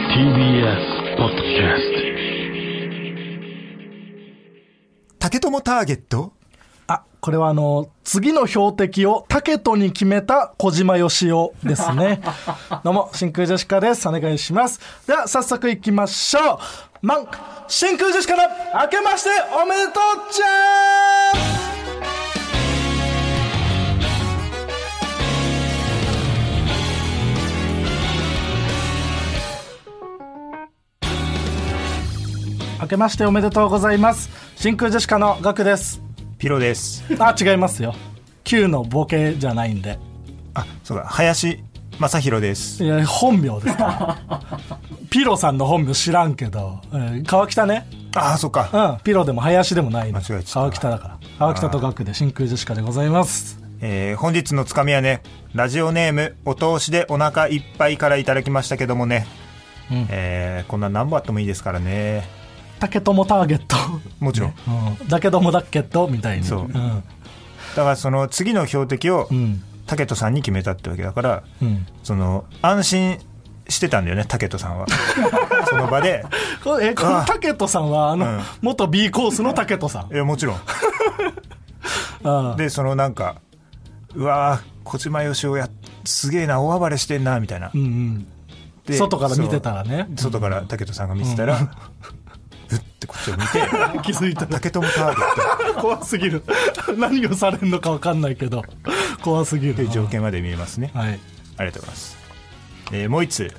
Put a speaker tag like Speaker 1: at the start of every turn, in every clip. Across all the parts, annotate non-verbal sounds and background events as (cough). Speaker 1: TBS ポッドキャス
Speaker 2: 竹友ターゲット
Speaker 3: あ、これはあの、次の標的をタケトに決めた小島よしおですね。どうも、真空ジェシカです。お願いします。では、早速行きましょう。マン、真空ジェシカの明けましておめでとうちゃん明けましておめでとうございます。真空ジェシカのガクです。
Speaker 2: ピロです
Speaker 3: あ違いますよ Q のボケじゃないんで
Speaker 2: あそうだ林正宏です
Speaker 3: いや本名ですから
Speaker 2: (laughs)
Speaker 3: ピロさんの本名知らんけど、えー川北ね
Speaker 2: ああそっ
Speaker 3: う
Speaker 2: か、
Speaker 3: んピロでも林でもないんで
Speaker 2: 間違えちゃ
Speaker 3: 川
Speaker 2: った
Speaker 3: 北だから川北と学で真空ジェシカでございます
Speaker 2: えー本日のつかみはねラジオネームお通しでお腹いっぱいからいただきましたけどもね、
Speaker 3: うん
Speaker 2: えーこんな何本あってもいいですからね
Speaker 3: 竹友ターゲット、 (laughs)
Speaker 2: もちろん、
Speaker 3: うん、だけどもだけどみたいに
Speaker 2: そうんだからその次の標的を
Speaker 3: うん
Speaker 2: 竹人さんに決めたってわけだから、
Speaker 3: うん
Speaker 2: その安心してたんだよね竹人さんはその場
Speaker 3: (laughs)
Speaker 2: で
Speaker 3: これえこの竹人さんはあの、
Speaker 2: うん
Speaker 3: 元 B コースの竹人さん
Speaker 2: いやもちろん
Speaker 3: うん
Speaker 2: でそのなんかうわー小島よしおやすげえな大暴れしてんなみたいな
Speaker 3: うんうん
Speaker 2: で
Speaker 3: 外から見てたらね
Speaker 2: そう外から武人さんが見てたら、 (laughs) うってこっちを見て
Speaker 3: (laughs) 気づいた
Speaker 2: 武友ターゲットっ
Speaker 3: (laughs) 怖すぎる何をされるのか分かんないけど怖すぎる
Speaker 2: ていう条件まで見えますねあ
Speaker 3: はい
Speaker 2: りがとうございます、えーもう一つ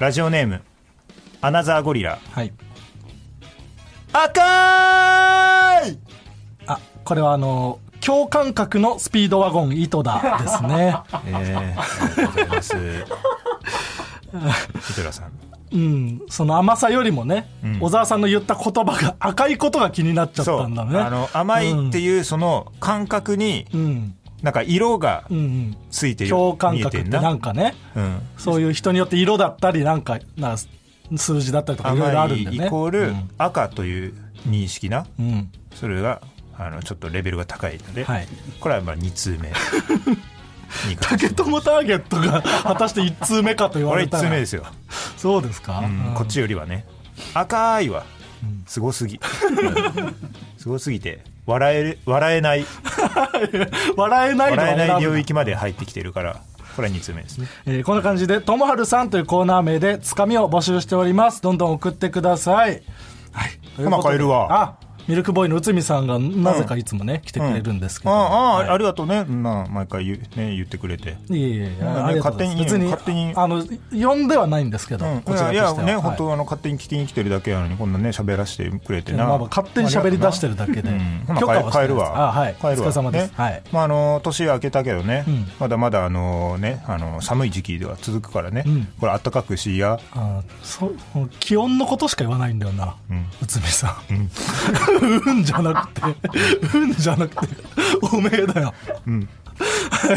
Speaker 2: ラジオネームアナザーゴリラ
Speaker 3: はい
Speaker 2: 赤い
Speaker 3: あこれはあの強感覚のスピードワゴン井戸田です
Speaker 2: (laughs)
Speaker 3: ね
Speaker 2: えー、ありがとうございます糸田さん
Speaker 3: うんその甘さよりもね、
Speaker 2: ん
Speaker 3: 小沢さんの言った言葉が赤いことが気になっ (laughs) ちゃっ
Speaker 2: そう
Speaker 3: た
Speaker 2: あ
Speaker 3: んだね
Speaker 2: の甘いっていうその感覚に
Speaker 3: うんうん
Speaker 2: なんか色が
Speaker 3: うんうん
Speaker 2: ついてる、
Speaker 3: 共感
Speaker 2: 見え
Speaker 3: 覚
Speaker 2: て
Speaker 3: って
Speaker 2: ん
Speaker 3: な
Speaker 2: なん
Speaker 3: かね
Speaker 2: うん
Speaker 3: そういう人によって色だったりなんかなんか数字だったりとかいろいろあ
Speaker 2: 甘
Speaker 3: るん
Speaker 2: い
Speaker 3: だよ
Speaker 2: イ
Speaker 3: ね
Speaker 2: コール赤という認識な、
Speaker 3: うん、うん
Speaker 2: それがあのちょっとレベルが高いので、
Speaker 3: はい
Speaker 2: これはまあ2通
Speaker 3: (laughs)
Speaker 2: 目に行かせ
Speaker 3: 竹
Speaker 2: てもらい
Speaker 3: 友ターゲットが果たして1通目かと言
Speaker 2: ますこ
Speaker 3: わ
Speaker 2: れ
Speaker 3: れ
Speaker 2: 1
Speaker 3: た
Speaker 2: 通
Speaker 3: ら
Speaker 2: 目ですよ、
Speaker 3: そうですか、
Speaker 2: うん
Speaker 3: うん
Speaker 2: こっちよりはね赤いはすごすぎ、すごすぎて笑える笑えない
Speaker 3: 笑えないのは
Speaker 2: 笑え
Speaker 3: 選ぶ
Speaker 2: ない領域まで入ってきてるからこれは2通目ですね
Speaker 3: えーこんな感じで「ともはるさん」というコーナー名でつかみを募集しておりますどんどん送ってくださいはいということで
Speaker 2: 浜カエルは
Speaker 3: あミルクボーイの内海さんがなぜかいつもね、来てくれるんですけど、
Speaker 2: うんああ、
Speaker 3: はい
Speaker 2: ありがとうね、まあ、毎回言,、ね、言ってくれて
Speaker 3: いやいやいや、
Speaker 2: うん
Speaker 3: ありがとうございま
Speaker 2: 勝手
Speaker 3: す
Speaker 2: に
Speaker 3: 別
Speaker 2: 勝手に
Speaker 3: あの呼んではないんですけど、
Speaker 2: うん
Speaker 3: こちらと
Speaker 2: い
Speaker 3: して
Speaker 2: や
Speaker 3: はい
Speaker 2: やね、本当あの勝手に聞きに来てるだけなのにこんなね喋らせてくれてな、
Speaker 3: まあまあ勝手に喋り出してるだけで、
Speaker 2: うん、
Speaker 3: 許可はしてない
Speaker 2: 帰る
Speaker 3: です
Speaker 2: わ
Speaker 3: あはい
Speaker 2: 帰るわ
Speaker 3: お疲れ様です、
Speaker 2: ね
Speaker 3: はい
Speaker 2: まああの年明けたけどね、
Speaker 3: ん
Speaker 2: まだまだあのねあの寒い時期では続くからね、
Speaker 3: ん
Speaker 2: これ暖かくしや
Speaker 3: あそ気温のことしか言わないんだよな、
Speaker 2: ん
Speaker 3: 内海さん、 (laughs) うん、じゃなくて
Speaker 2: (laughs)
Speaker 3: うんじゃなくておめえだよは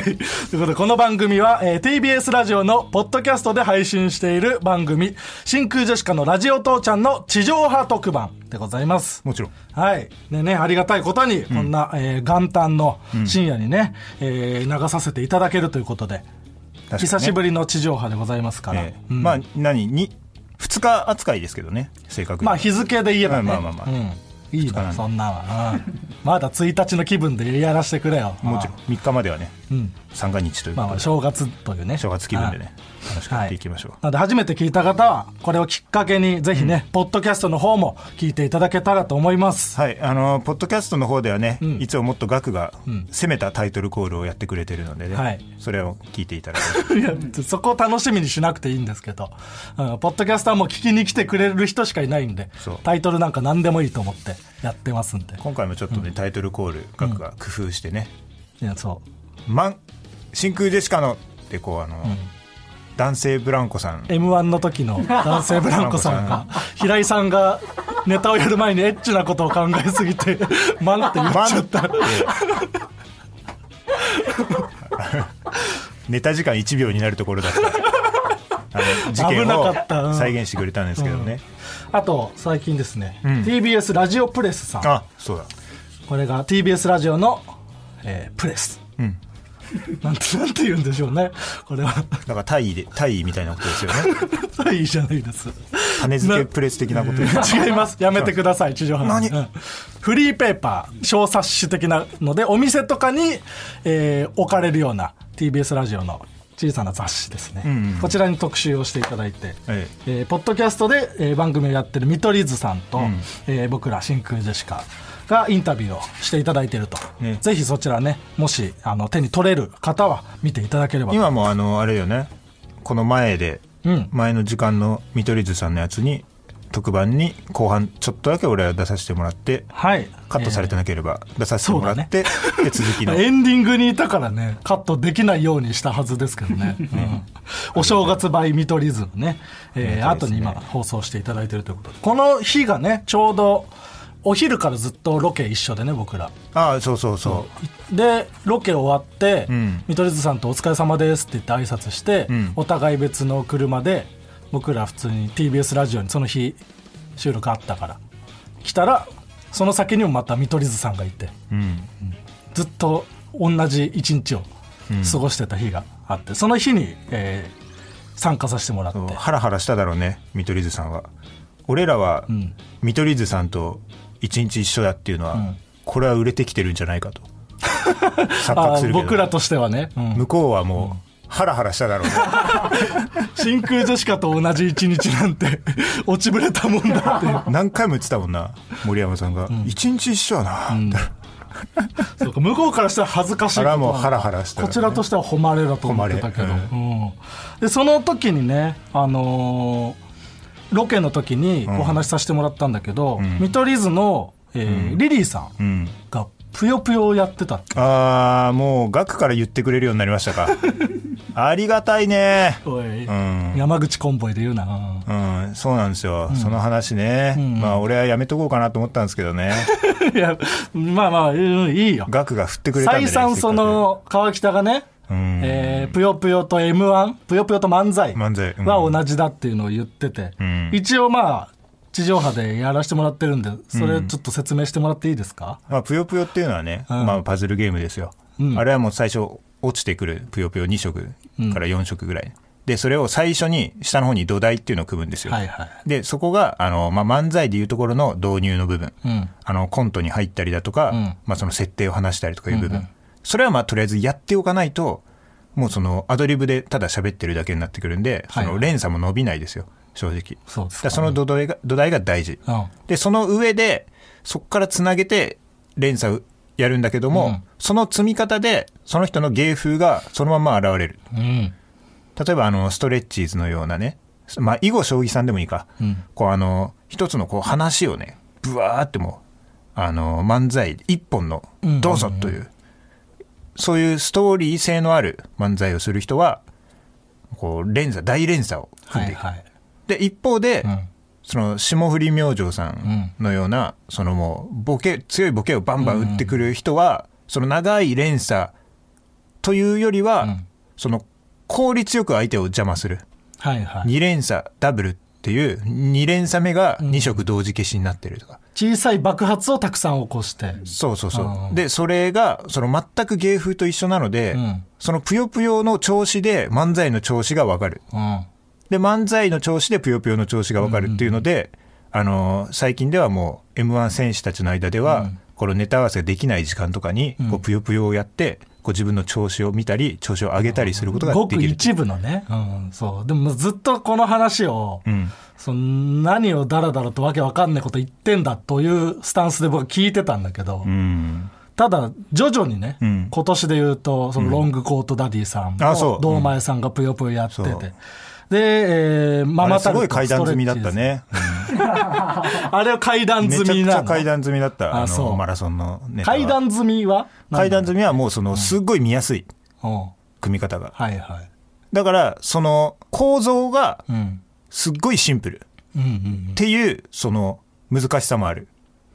Speaker 3: い。ということで、この番組は、えー TBS ラジオのポッドキャストで配信している番組、真空ジェシカのラジオ父ちゃんの地上波特番でございます。
Speaker 2: もちろん
Speaker 3: はい。でね、ありがたいことに、こんな、えー元旦の深夜にね、えー流させていただけるということで、
Speaker 2: 確かにね
Speaker 3: 久しぶりの地上波でございますから。
Speaker 2: ええ
Speaker 3: うん
Speaker 2: まあ何に2日扱いですけどね正確に
Speaker 3: まあ日付で言えばね、
Speaker 2: まあまあまあまあ
Speaker 3: うん、い
Speaker 2: 二
Speaker 3: い
Speaker 2: 日なん
Speaker 3: な
Speaker 2: で
Speaker 3: そんなんは、うんまだ1日の気分でやらしてくれよ
Speaker 2: (laughs) もちろん3日まではね、
Speaker 3: うん
Speaker 2: 三が日という
Speaker 3: ま
Speaker 2: こ
Speaker 3: あ
Speaker 2: と
Speaker 3: ま
Speaker 2: で、
Speaker 3: あ
Speaker 2: 正
Speaker 3: 正月というね
Speaker 2: 月気分でね楽しくやっていきましょう、
Speaker 3: はいなので初めて聞いた方はこれをきっかけにぜひね、ポッドキャストの方も聞いていただけたらと思います
Speaker 2: はい、あのポッドキャストの方ではね、
Speaker 3: ん
Speaker 2: いつももっと額が
Speaker 3: ん
Speaker 2: 攻めたタイトルコールをやってくれてるのでね、
Speaker 3: はい
Speaker 2: それを聞い (laughs) ていただきま
Speaker 3: (laughs)
Speaker 2: しょう
Speaker 3: いやそこを楽しみにしなくていいんですけど、うん、ポッドキャストはもう聞きに来てくれる人しかいないんで
Speaker 2: そう
Speaker 3: タイトルなんか何でもいいと思ってやってますんで
Speaker 2: 今回もちょっとね、タイトルコール額が工夫してね
Speaker 3: いやそう
Speaker 2: 「マン真空ジェシカの」ってこうあの、男性ブランコさん
Speaker 3: m 1の時の男性ブランコさんが
Speaker 2: (laughs)
Speaker 3: 平井さんがネタをやる前にエッチなことを考えすぎて (laughs) 「マン」って言っちゃった
Speaker 2: マン
Speaker 3: (laughs)
Speaker 2: ネタ時間1秒になるところだったあの事件
Speaker 3: 危なかったう
Speaker 2: を
Speaker 3: ん
Speaker 2: 再現してくれたんですけどね、
Speaker 3: あと最近ですね、
Speaker 2: ん
Speaker 3: TBS ラジオプレスさん
Speaker 2: あそうだ
Speaker 3: これが TBS ラジオの、えープレス
Speaker 2: うん
Speaker 3: なんてなんて言うんでしょうねこれは (laughs)
Speaker 2: なんか大意で大意みたいなことですよね
Speaker 3: いいじゃないです
Speaker 2: 種付けプレス的なことです
Speaker 3: (laughs) 違いますやめてくだ
Speaker 2: (laughs)
Speaker 3: さい地上波
Speaker 2: 何
Speaker 3: うんフリーペーパー小冊子的なのでお店とかに、えー置かれるような TBS ラジオの小さな雑誌ですね、
Speaker 2: んうん
Speaker 3: こちらに特集をしていただいて、
Speaker 2: え
Speaker 3: えーポッドキャストで、えー番組をやってる見取り図さんと、えー僕ら真空ジェシカがインタビューをしていただいてると、
Speaker 2: ね
Speaker 3: ぜひそちらねもしあの手に取れる方は見ていただければ
Speaker 2: 今もあのあれよねこの前で、
Speaker 3: うん
Speaker 2: 前の時間の見取り図さんのやつに特番に後半ちょっとだけ俺は出させてもらって
Speaker 3: はい
Speaker 2: カットされてなければ出させてもらって、で続
Speaker 3: (laughs)
Speaker 2: きの
Speaker 3: エンディングにいたからね、カットできないようにしたはずですけどね。うんお正月バイ見取り図のね、えー、
Speaker 2: ありがた
Speaker 3: 後
Speaker 2: いです
Speaker 3: に
Speaker 2: ね
Speaker 3: 今放送していただいてるということで。この日がね、ちょうど、お昼からずっとロケ一緒でね、僕ら。
Speaker 2: ああそうそうそう
Speaker 3: で、ロケ終わって、
Speaker 2: ん
Speaker 3: 見取り図さんとお疲れ様ですって言って挨拶して、
Speaker 2: ん
Speaker 3: お互い別の車で、僕ら普通に TBS ラジオにその日収録あったから、来たら、その先にもまた見取り図さんがいて。
Speaker 2: うん
Speaker 3: ずっと同じ一日を過ごしてた日があって、その日に、えー参加させてもらって
Speaker 2: そうハラハラしただろうね見取り図さんは俺らは、
Speaker 3: ん
Speaker 2: 見取り図さんと一日一緒だっていうのは、
Speaker 3: ん
Speaker 2: これは売れてきてるんじゃない
Speaker 3: (laughs)
Speaker 2: かと錯覚
Speaker 3: あ
Speaker 2: するけ
Speaker 3: ー
Speaker 2: ど
Speaker 3: 僕らとしてはね、うん
Speaker 2: 向こうはもう、ハラハラしただろうね
Speaker 3: 真空ジェシカと同じ一日なんて (laughs) 落ちぶれたもんだっていう
Speaker 2: 何回も言ってたもんな森山さんが「一日一緒やな」
Speaker 3: そうか向こうからしたら恥ずかしい
Speaker 2: あ
Speaker 3: こと
Speaker 2: れ
Speaker 3: な
Speaker 2: は
Speaker 3: んだ
Speaker 2: もうハラハラしたよ
Speaker 3: こ
Speaker 2: ね
Speaker 3: ちらとしては誉れだと思ってたけど、
Speaker 2: 誉れ
Speaker 3: うんでその時にね、あのーロケの時にお話しさせてもらったんだけど、見取り図の、えーリリーさ
Speaker 2: うんん
Speaker 3: がぷよぷよをやってたって
Speaker 2: ああもう額から言ってくれるようになりました
Speaker 3: (laughs)
Speaker 2: かありがたいね
Speaker 3: おい
Speaker 2: うん
Speaker 3: 山口コンボイで言うな。 (laughs)
Speaker 2: うん、そうなんですよ、その話ね、まあ俺はやめとこうかなと思ったんですけど
Speaker 3: (laughs)
Speaker 2: ね
Speaker 3: いや、まあまあ、うんいいよ。
Speaker 2: 額が振ってくれたんで、ね、
Speaker 3: 再三その、川北がね、
Speaker 2: ん
Speaker 3: えーぷよぷよと M1、ぷよぷよと漫才
Speaker 2: 漫才うん
Speaker 3: は同じだっていうのを言ってて、
Speaker 2: ん
Speaker 3: 一応まあ、地上波でやらせてもらってるんで、それちょっと説明してもらっていいですか、
Speaker 2: まあ、ぷよぷよっていうのはね、
Speaker 3: ん
Speaker 2: まあ、パズルゲームですよ、あれはもう最初落ちてくるぷよぷよ2色から4色ぐらい、でそれを最初に下の方に土台っていうのを組むんですよ、
Speaker 3: はいはい。
Speaker 2: でそこがあの、まあ、漫才でいうところの導入の部分、
Speaker 3: うん
Speaker 2: あのコントに入ったりだとか、
Speaker 3: ん
Speaker 2: まあ、その設定を話したりとかいう部分、それはまあとりあえずやっておかないともうそのアドリブでただ喋ってるだけになってくるんで、
Speaker 3: はい
Speaker 2: その連鎖も伸びないですよ正直
Speaker 3: そうです
Speaker 2: だか
Speaker 3: か
Speaker 2: らその土台が土台が大事、でその上でそこからつなげて連鎖をやるんだけども、
Speaker 3: うん
Speaker 2: その積み方でその人の芸風がそのまま現れる
Speaker 3: うん。うん。
Speaker 2: 例えばあのストレッチーズのようなねまあ囲碁将棋さんでもいいか、
Speaker 3: うん
Speaker 2: こうあの一つのこう話をねぶわーってもうあの漫才一本の
Speaker 3: うん
Speaker 2: どうぞという,、そういうストーリー性のある漫才をする人はこう連鎖大連鎖を
Speaker 3: は
Speaker 2: 組んで
Speaker 3: い
Speaker 2: いく、
Speaker 3: はい。
Speaker 2: で一方で、
Speaker 3: うん。
Speaker 2: その霜降り明星さんのような、そのもうボケ強いボケをバンバン打ってくる人は、その長い連鎖というよりは、
Speaker 3: ん
Speaker 2: その効率よく相手を邪魔する
Speaker 3: はいはい。
Speaker 2: 2連鎖ダブルっていう2連鎖目が2色同時消しになってるとか、
Speaker 3: 小さい爆発をたくさん起こして。
Speaker 2: そうそう
Speaker 3: あ
Speaker 2: そ
Speaker 3: ー
Speaker 2: うでそれがその全く芸風と一緒なので、
Speaker 3: うん
Speaker 2: そのぷよぷよの調子で漫才の調子が分かる
Speaker 3: うん。
Speaker 2: で漫才の調子でぷよぷよの調子が分かるっていうので、あのー最近ではもう m 1選手たちの間では、このネタ合わせできない時間とかにこうぷよぷよをやってこう自分の調子を見たり調子を上げたりすることが
Speaker 3: ご
Speaker 2: で
Speaker 3: く
Speaker 2: きる、
Speaker 3: 一部のね、うん、そうでもずっとこの話を、
Speaker 2: ん
Speaker 3: その何をだらだらとわけわかんないこと言ってんだというスタンスで僕は聞いてたんだけど、
Speaker 2: うん、
Speaker 3: ただ徐々にね、
Speaker 2: ん
Speaker 3: 今年で言うとそのロングコートダディさん
Speaker 2: あそう
Speaker 3: も堂前さんがぷよぷよやってて、
Speaker 2: そう
Speaker 3: で、えーマ
Speaker 2: あ
Speaker 3: マ
Speaker 2: れす
Speaker 3: タル
Speaker 2: ご
Speaker 3: ト
Speaker 2: い階段積みだったね、
Speaker 3: あれは階段
Speaker 2: め
Speaker 3: 済
Speaker 2: ちゃ
Speaker 3: み
Speaker 2: くち
Speaker 3: な
Speaker 2: ゃ
Speaker 3: の
Speaker 2: 階段積みだった
Speaker 3: あ
Speaker 2: あ
Speaker 3: そ
Speaker 2: の
Speaker 3: う
Speaker 2: マラソンのネタは
Speaker 3: 階段済みは
Speaker 2: 階段積みはもうそのすっごい見やすい
Speaker 3: うんは
Speaker 2: 組み方が
Speaker 3: いはい、
Speaker 2: だからその構造が
Speaker 3: うん、
Speaker 2: すっごいシンプル
Speaker 3: うんうん
Speaker 2: っていうその難しさもある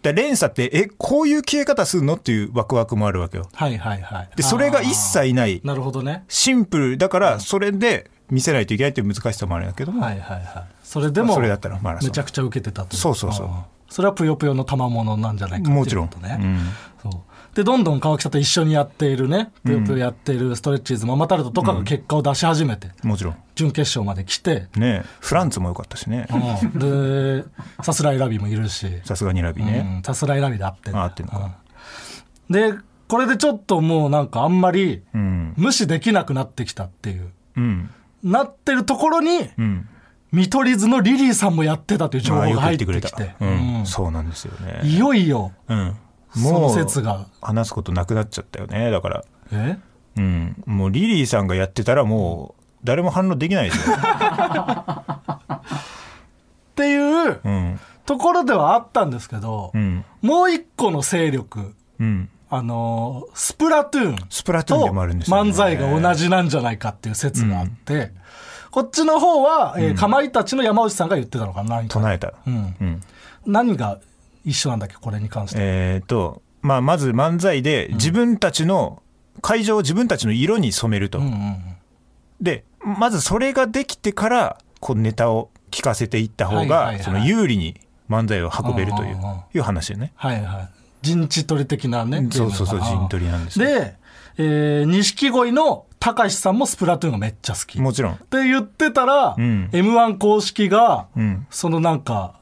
Speaker 2: で連鎖ってえこういう消え方するのっていうワクワクもあるわけよ
Speaker 3: はいはいはい
Speaker 2: でそれが一
Speaker 3: あ
Speaker 2: 切ない
Speaker 3: ーなるほどね
Speaker 2: シンプルだからそれで見せないといけないっていう難しさもあるんだけども、
Speaker 3: はいはいはいそれでも
Speaker 2: まあそれだったらマラソン
Speaker 3: めちゃくちゃ受けてたとい
Speaker 2: そうそうそう
Speaker 3: ああそれはぷよぷよの賜物なんじゃないか
Speaker 2: もちろん
Speaker 3: っていうことね、そうでどんどん川北と一緒にやっているねぷよぷよやっているストレッチーズママタルトとかが結果を出し始めて、
Speaker 2: もちろん
Speaker 3: 準決勝まで来て、
Speaker 2: ねフランツも良かったしね
Speaker 3: うん
Speaker 2: (laughs)
Speaker 3: でさすらいラビもいるし
Speaker 2: さすがにラビね、
Speaker 3: うんさすらいラビで合ってんだ
Speaker 2: あ合ってんのか
Speaker 3: うんでこれでちょっともうなんかあんまり
Speaker 2: うん
Speaker 3: 無視できなくなってきたっていう
Speaker 2: うん
Speaker 3: なってるところに
Speaker 2: うん
Speaker 3: 見取り図のリリーさんもやってたという情
Speaker 2: まあ
Speaker 3: 報
Speaker 2: よ
Speaker 3: が
Speaker 2: く言
Speaker 3: 入
Speaker 2: っ
Speaker 3: って
Speaker 2: て
Speaker 3: き
Speaker 2: くれ
Speaker 3: て
Speaker 2: た
Speaker 3: う
Speaker 2: うんん、そうなんですよね
Speaker 3: いよいよ
Speaker 2: うん
Speaker 3: その説が
Speaker 2: 話すことなくなっちゃったよねだから
Speaker 3: え
Speaker 2: うんもうリリーさんがやってたらもう誰も反応できないです
Speaker 3: (laughs)
Speaker 2: よ、
Speaker 3: っていう
Speaker 2: うん
Speaker 3: ところではあったんですけど、
Speaker 2: うん
Speaker 3: もう一個の勢力
Speaker 2: うん、
Speaker 3: あのースプラトゥーン
Speaker 2: スプラトゥーン
Speaker 3: と
Speaker 2: でもあるんですよね
Speaker 3: 漫才が同じなんじゃないかっていう説があって、こっちの方は、えーかまいたちの山内さんが言ってたのかな何か
Speaker 2: 唱えた、
Speaker 3: うん
Speaker 2: うん、
Speaker 3: 何が一緒なんだっけこれに関して、
Speaker 2: えー、と、まあ、まず漫才で自分たちの、会場を自分たちの色に染めると、
Speaker 3: うんうん
Speaker 2: でまずそれができてからこうネタを聞かせていった方が、
Speaker 3: はいはいはい
Speaker 2: その有利に漫才を運べるという,、
Speaker 3: うんうんうん
Speaker 2: いう話よね
Speaker 3: はいはい陣地取り的なね
Speaker 2: そうそうそう
Speaker 3: ゲームが
Speaker 2: 陣取りなんですよ
Speaker 3: で、えー、錦鯉のたかしさんもスプラトゥーンがめっちゃ好きっ
Speaker 2: もちろん
Speaker 3: て言ってたら、
Speaker 2: うん
Speaker 3: m 1公式が、
Speaker 2: うん
Speaker 3: そのなんか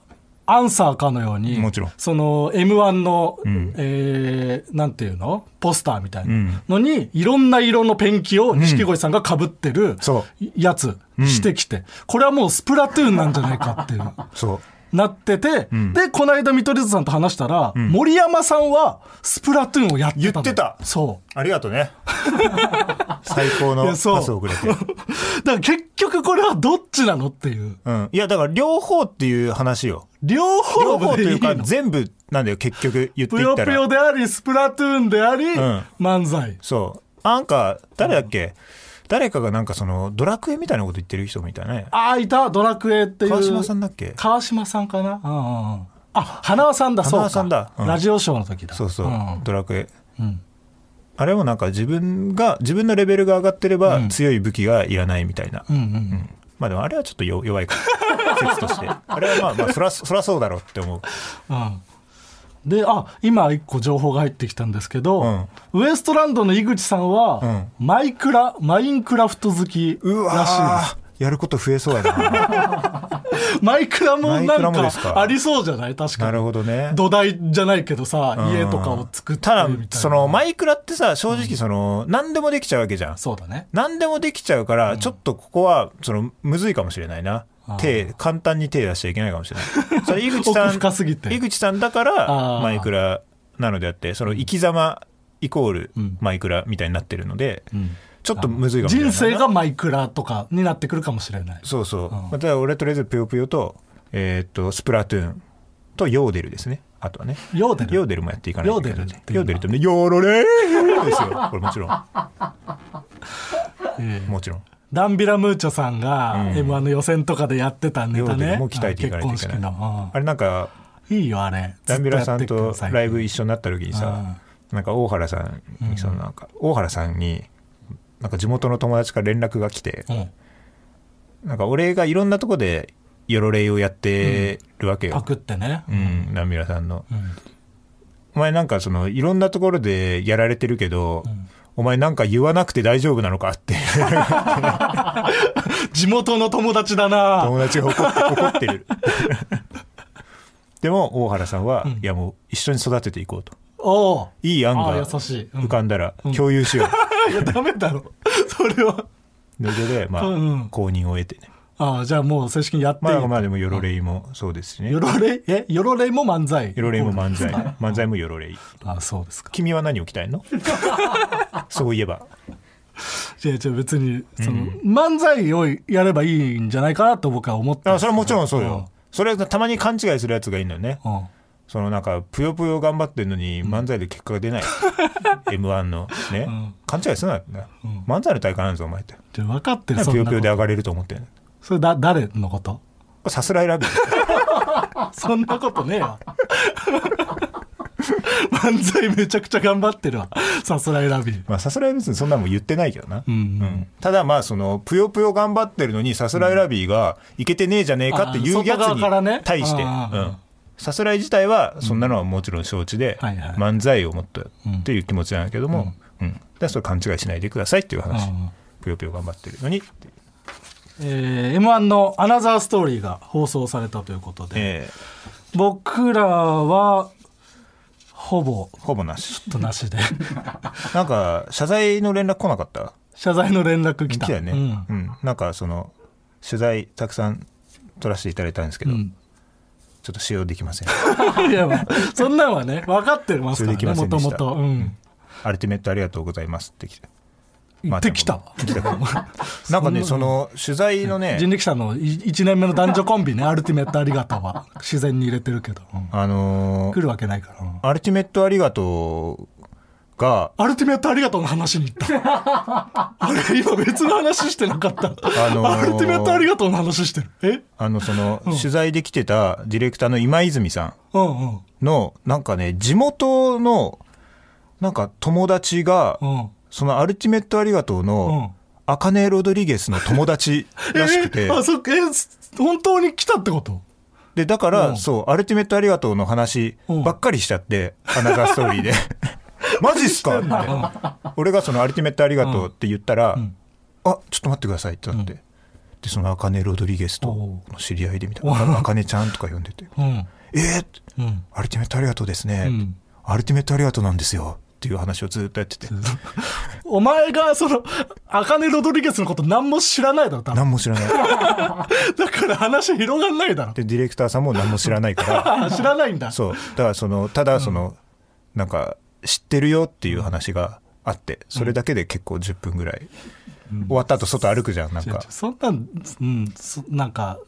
Speaker 3: アンサーかのように
Speaker 2: もちろん
Speaker 3: その m 1の、
Speaker 2: ん
Speaker 3: えーなんていうのポスターみたい
Speaker 2: うん
Speaker 3: なのに、いろんな色のペンキを錦鯉さんがかぶってる
Speaker 2: そ
Speaker 3: やつしてきて、これはもうスプラトゥーンなんじゃないかっていう。
Speaker 2: そう
Speaker 3: なってて、で、この間見取り図さんと話したら、森山さんはスプラトゥーンをやってた
Speaker 2: 言
Speaker 3: の
Speaker 2: ってた
Speaker 3: そ
Speaker 2: ありがとう
Speaker 3: (laughs)
Speaker 2: ね最高の
Speaker 3: い
Speaker 2: パ
Speaker 3: やそう
Speaker 2: スをくれて
Speaker 3: う。だから結局これはどっちなのっていう。
Speaker 2: うん、いやだから両方っていう話よ
Speaker 3: 両
Speaker 2: 両
Speaker 3: 方
Speaker 2: 方と
Speaker 3: でい
Speaker 2: い
Speaker 3: いう
Speaker 2: か
Speaker 3: の
Speaker 2: 全部なんだよ結局言って
Speaker 3: ぷ
Speaker 2: いっ
Speaker 3: よ
Speaker 2: た
Speaker 3: ぷ
Speaker 2: ら
Speaker 3: よであり、スプラトゥーンであり、
Speaker 2: ん
Speaker 3: 漫才。
Speaker 2: そう。なんか、誰だっけ、誰かがなんかその、ドラクエみたいなこと言ってる人もいたね。
Speaker 3: ああ、いた、ドラクエっていう。
Speaker 2: 川島さんだっけ
Speaker 3: 川島さんかなうんうんうん。あ、花輪さんだ、そうか。
Speaker 2: 花輪さんだうん
Speaker 3: ラジオショーの時だ。
Speaker 2: そうそう、
Speaker 3: ん
Speaker 2: ドラクエ。
Speaker 3: うん
Speaker 2: あれもなんか自分が、自分のレベルが上がってれば強い武器がいらないみたいな。
Speaker 3: うんうん。
Speaker 2: まあでもあれはちょっとよ弱いから、説として。あれはまあまあ、そら、そらそうだろうって思う。
Speaker 3: うんであ今一個情報が入ってきたんですけど、ウエストランドの井口さんは、マイクラマインクラフト好き
Speaker 2: う
Speaker 3: ら
Speaker 2: わ
Speaker 3: しい
Speaker 2: ーやること増えそうやな。
Speaker 3: (laughs) ですマイクラも
Speaker 2: マイ
Speaker 3: な
Speaker 2: クラ
Speaker 3: ん
Speaker 2: もです
Speaker 3: か
Speaker 2: か
Speaker 3: ありそうじゃない確かに
Speaker 2: なるほどね。
Speaker 3: 土台じゃないけどさ、
Speaker 2: うん
Speaker 3: 家とかを作って
Speaker 2: ただ
Speaker 3: みたいな、
Speaker 2: その、マイクラってさ、正直その、何でもできちゃうわけじゃん。
Speaker 3: そうだね
Speaker 2: 何でもできちゃうから、ちょっとここはそのむずいかもしれないな
Speaker 3: あー
Speaker 2: 手簡単に手出しちゃいけないかもしれないそれ井口さ
Speaker 3: 奥深すぎ
Speaker 2: ん
Speaker 3: て
Speaker 2: 井口さんだから
Speaker 3: あー
Speaker 2: マイクラなのであってその生き様イコール
Speaker 3: うん
Speaker 2: マイクラみたいになってるので、
Speaker 3: ん
Speaker 2: ちょっとむずいかもしれない
Speaker 3: 人
Speaker 2: な
Speaker 3: 生がマイクラとかになってくるかもしれない
Speaker 2: そうそう、ま
Speaker 3: ん
Speaker 2: あただ俺とりあえずぷよぷよとえーっとスプラトゥーンとヨーデルですねあとはね
Speaker 3: ヨーデル
Speaker 2: ヨーデルもやっていかないといけない
Speaker 3: ヨーデルっていうのは
Speaker 2: ヨーデルってねヨーロレーですよこれもちろ (laughs) ん
Speaker 3: ええ
Speaker 2: もちろん
Speaker 3: ダンビラムーチョさんが m 1の予選とかでやってたネ
Speaker 2: ヨ
Speaker 3: タ
Speaker 2: ーデ
Speaker 3: ね
Speaker 2: ルも鍛えていかないといけない、
Speaker 3: 結婚式の
Speaker 2: あれなんか
Speaker 3: うんいいよあれ
Speaker 2: ダンビラさん
Speaker 3: ずっや
Speaker 2: と
Speaker 3: ってください
Speaker 2: ライブ一緒になった時にさ、なんか大原さんに、そのなんか、大原さんに、なんか地元の友達から連絡が来て、
Speaker 3: うん
Speaker 2: なんか俺がいろんなとこでよろれいをやってるわけ
Speaker 3: パ
Speaker 2: よ。
Speaker 3: クってね。
Speaker 2: うん、ダンビラさんの。お前なんかその、いろんなところでやられてるけど、お前なんか言わなくて大丈夫なのかって
Speaker 3: 地元の友達だな
Speaker 2: 友達が怒って怒ってる。 (laughs) でも大原さんは、いやもう一緒に育てていこうと。
Speaker 3: おお
Speaker 2: いい案
Speaker 3: ああ
Speaker 2: が
Speaker 3: 優しいうん
Speaker 2: 浮かんだら共有しよう。
Speaker 3: (laughs) いや、ダメだろ。それは。 (laughs)
Speaker 2: それで、まあ、
Speaker 3: うん
Speaker 2: 公認を得てね。
Speaker 3: ああ、じゃあもう正式にやって
Speaker 2: ま
Speaker 3: いい
Speaker 2: あまあでも、よろれいもそうですしね。
Speaker 3: よ
Speaker 2: よ
Speaker 3: ろれ、え、よろれいも漫才。
Speaker 2: ろれいも漫才。漫才もよろれい。
Speaker 3: ああ、そうですか。
Speaker 2: 君は何を着たい
Speaker 3: (laughs)
Speaker 2: のそういえば。
Speaker 3: いや、じゃあ別に、その、漫才をやればいいんじゃないかなと僕は思って
Speaker 2: あそれはもちろんそうよ。それはたまに勘違いするやつがいるのよね。
Speaker 3: うん。
Speaker 2: そのなんか、ぷよぷよ頑張ってるのに漫才で結果が
Speaker 3: (laughs)
Speaker 2: 出ない。M1 の。ね。勘違いするなってな。漫才の大会なんですよ、お前って。
Speaker 3: じゃあ分かってる、そ
Speaker 2: ぷ
Speaker 3: ん
Speaker 2: よ
Speaker 3: な
Speaker 2: ぷよ
Speaker 3: こ
Speaker 2: で
Speaker 3: と。
Speaker 2: 上がれると思ってる。
Speaker 3: それだ、誰の
Speaker 2: (laughs)
Speaker 3: こと
Speaker 2: これさすらい
Speaker 3: (laughs)
Speaker 2: ラビー。
Speaker 3: そんなことねえわ。 (laughs) 漫才めちゃくちゃ頑張ってるわ。さすらいラビー。
Speaker 2: まあ、さすらいは別にそんなもん言ってないけどな。
Speaker 3: ん
Speaker 2: うんただまあ、その、ぷよぷよ頑張ってるのに、さすらいラビーが、いけてねえじゃねえかってい
Speaker 3: あ
Speaker 2: う
Speaker 3: ー
Speaker 2: やつ
Speaker 3: 外側からね
Speaker 2: に対して、
Speaker 3: あー
Speaker 2: うんさすらい自体はそんなのはもちろん承知で、
Speaker 3: はいはい
Speaker 2: 漫才をもっとっていう気持ちなんだけども、うんだからそれ勘違いしないでくださいっていう話、
Speaker 3: うん
Speaker 2: ぷよぷよ頑張ってるのにっていう
Speaker 3: えー、m 1の「アナザーストーリー」が放送されたということで、
Speaker 2: え
Speaker 3: 僕らはほぼ
Speaker 2: ーほぼなし
Speaker 3: ちょっとなしで (laughs)
Speaker 2: なんか謝罪の連絡来なかった
Speaker 3: 謝罪の連絡来
Speaker 2: 来
Speaker 3: た
Speaker 2: たよね、
Speaker 3: うん
Speaker 2: うんなんかその取材たくさん取らせていただいたんですけど、
Speaker 3: うん
Speaker 2: ちょっと使用できま (laughs) せん
Speaker 3: いやまあそんなんはね分かってますか
Speaker 2: それで
Speaker 3: ら
Speaker 2: き
Speaker 3: ね
Speaker 2: ませ
Speaker 3: も
Speaker 2: ん
Speaker 3: と
Speaker 2: で
Speaker 3: も
Speaker 2: した
Speaker 3: とうん
Speaker 2: アルティメットありがとうございますって来て、
Speaker 3: 言ってきた、
Speaker 2: 来たなんかねその取材のね
Speaker 3: (laughs) 人力車の1年目の男女コンビねアルティメットありがたは自然に入れてるけど、うん
Speaker 2: あのー
Speaker 3: 来るわけないから、うん
Speaker 2: アルティメットありがとうが
Speaker 3: アルティメットありがとうの話に行
Speaker 2: (laughs)
Speaker 3: った。あれ、今別の話してなかった。
Speaker 2: のー
Speaker 3: アルティメットありがとうの話してる。え
Speaker 2: あのその取材で来てたディレクターの今泉さ
Speaker 3: うんうん。
Speaker 2: んのなんかね地元のなんか友達が
Speaker 3: うん。
Speaker 2: そのアルティメットありがとうのアカネ・ロドリゲスの友達らしくて
Speaker 3: (laughs) えあ、そっか、え、す本当に来たってこと
Speaker 2: でだか
Speaker 3: うん
Speaker 2: らそう「アルティメットありがとう」の話ばっかりしちゃって「アナザーストー
Speaker 3: (laughs)
Speaker 2: リーで」マジっすか
Speaker 3: う
Speaker 2: って
Speaker 3: ん
Speaker 2: 俺がその「アルティメットありがとう」って言ったら「
Speaker 3: ん
Speaker 2: あちょっと待ってください」ってなって、でその「アカネ・ロドリゲスと
Speaker 3: お
Speaker 2: の知り合いで」みたいな「アカネちゃん」とか呼んでて
Speaker 3: うん。
Speaker 2: 「えー、
Speaker 3: うん。
Speaker 2: アルティメットありがとうですね」
Speaker 3: うん
Speaker 2: アルティメットありがとうなんですよ」っていう話をずっとやってて
Speaker 3: お前が、その、アカネ・ロドリゲスのこと何も知らないだろ、多分。
Speaker 2: 何も知らない
Speaker 3: だから話広がんないだろ。
Speaker 2: でディレクターさんも何も知らないから
Speaker 3: あ知らないんだ。
Speaker 2: そうだからそのただその、なんか知ってるよっていう話があってそれだけで結構10分ぐらい、終わった後外歩くじゃんなん
Speaker 3: 違う違う
Speaker 2: か
Speaker 3: そんなん、うん、そなんか、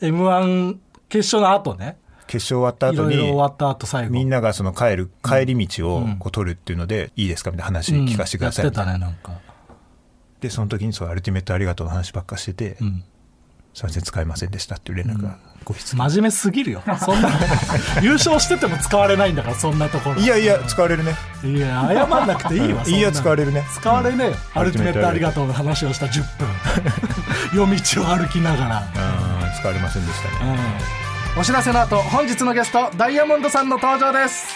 Speaker 3: M1 決勝の後ね、
Speaker 2: 決勝終わった
Speaker 3: い
Speaker 2: 後
Speaker 3: ろいろ終わ
Speaker 2: に
Speaker 3: った後最後。
Speaker 2: みん
Speaker 3: な
Speaker 2: ながその帰る帰り道をこう取るっていうので、いいですかみたいな話聞かせてください
Speaker 3: や
Speaker 2: み
Speaker 3: って
Speaker 2: たい
Speaker 3: た
Speaker 2: な、
Speaker 3: ね、なんか。
Speaker 2: でその時にそう「アルティメットありがとう」の話ばっかしてて、
Speaker 3: ん
Speaker 2: すいません使えませんでしたっていう連絡がご必
Speaker 3: 真面目すぎるよ。
Speaker 2: (laughs)
Speaker 3: そんな、優勝してても使われないんだから、そんなところ。
Speaker 2: いやいや使われるね
Speaker 3: いや、謝んなくていいわ。
Speaker 2: (laughs) いいや
Speaker 3: そんなの
Speaker 2: 使われるね
Speaker 3: 使われねえよ。
Speaker 2: うん
Speaker 3: アルティメットありがとうの話をした10分。 (laughs) 夜道を歩きながら。
Speaker 2: うん使われませんでしたね
Speaker 3: お知らせの後本日のゲストダイヤモンドさんの登場です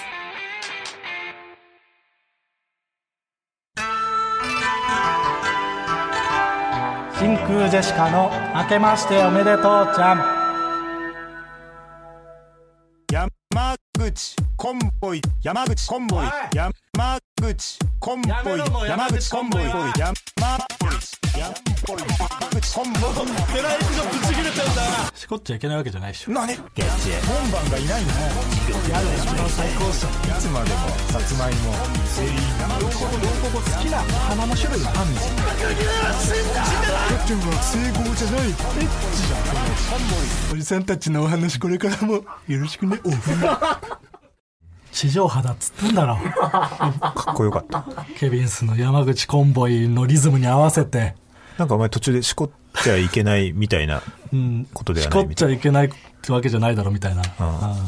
Speaker 3: 真空ジェシカの「明けましておめでとうちゃん
Speaker 2: 山口コンボイ山口コンボイ山口コンボイ
Speaker 3: やめろもう
Speaker 2: 山口コンボイ
Speaker 3: 山口コンボイ
Speaker 2: 山口山口コンボイ」
Speaker 3: しこっちゃいけないわけじゃないでしょ
Speaker 2: 何ゲッチ門番がいないのやだ一番最高賞いつまでもさつまいもセリー両方好きな花の種類はあんのは整合じゃないエッチじゃんおじさんたちのお話これからもよろしく
Speaker 3: (laughs)
Speaker 2: ね
Speaker 3: 地上波だっつったんだろ
Speaker 2: かっこよかった
Speaker 3: ケビンスの山口コンボイのリズムに合わせて、
Speaker 2: なんかお前途中でしこっちゃいけないみたいな
Speaker 3: うん、
Speaker 2: ことで
Speaker 3: し
Speaker 2: はな
Speaker 3: こ
Speaker 2: い
Speaker 3: っ
Speaker 2: み
Speaker 3: ち
Speaker 2: たい
Speaker 3: ゃいけないってわけじゃないだろみたいな、
Speaker 2: な。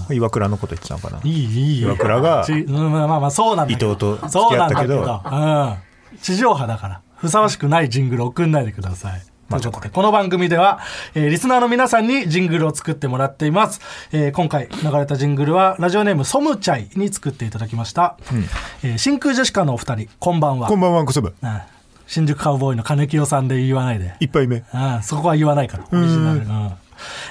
Speaker 2: うん。岩倉のこと言ってたのかな。
Speaker 3: いいいいよ
Speaker 2: 岩倉が
Speaker 3: ちうんまあまあまあそうなんだけど
Speaker 2: 伊藤と付き
Speaker 3: そうな
Speaker 2: 合
Speaker 3: ん
Speaker 2: っ
Speaker 3: だ
Speaker 2: た
Speaker 3: け
Speaker 2: けど
Speaker 3: ど、うん、地上波だからふさわしくないジングル送んないでください
Speaker 2: まあ
Speaker 3: ということでこの番組では、えーリスナーの皆さんにジングルを作ってもらっています、えー今回流れたジングルはラジオネームソムチャイに作っていただきました、えー真空ジェシカのお二人こんばんは
Speaker 2: こんばんは、こそば。
Speaker 3: うん新宿カウボーイの金清さんで言わないで
Speaker 2: 一杯目。
Speaker 3: ああそこは言わないから、オリジナル。うん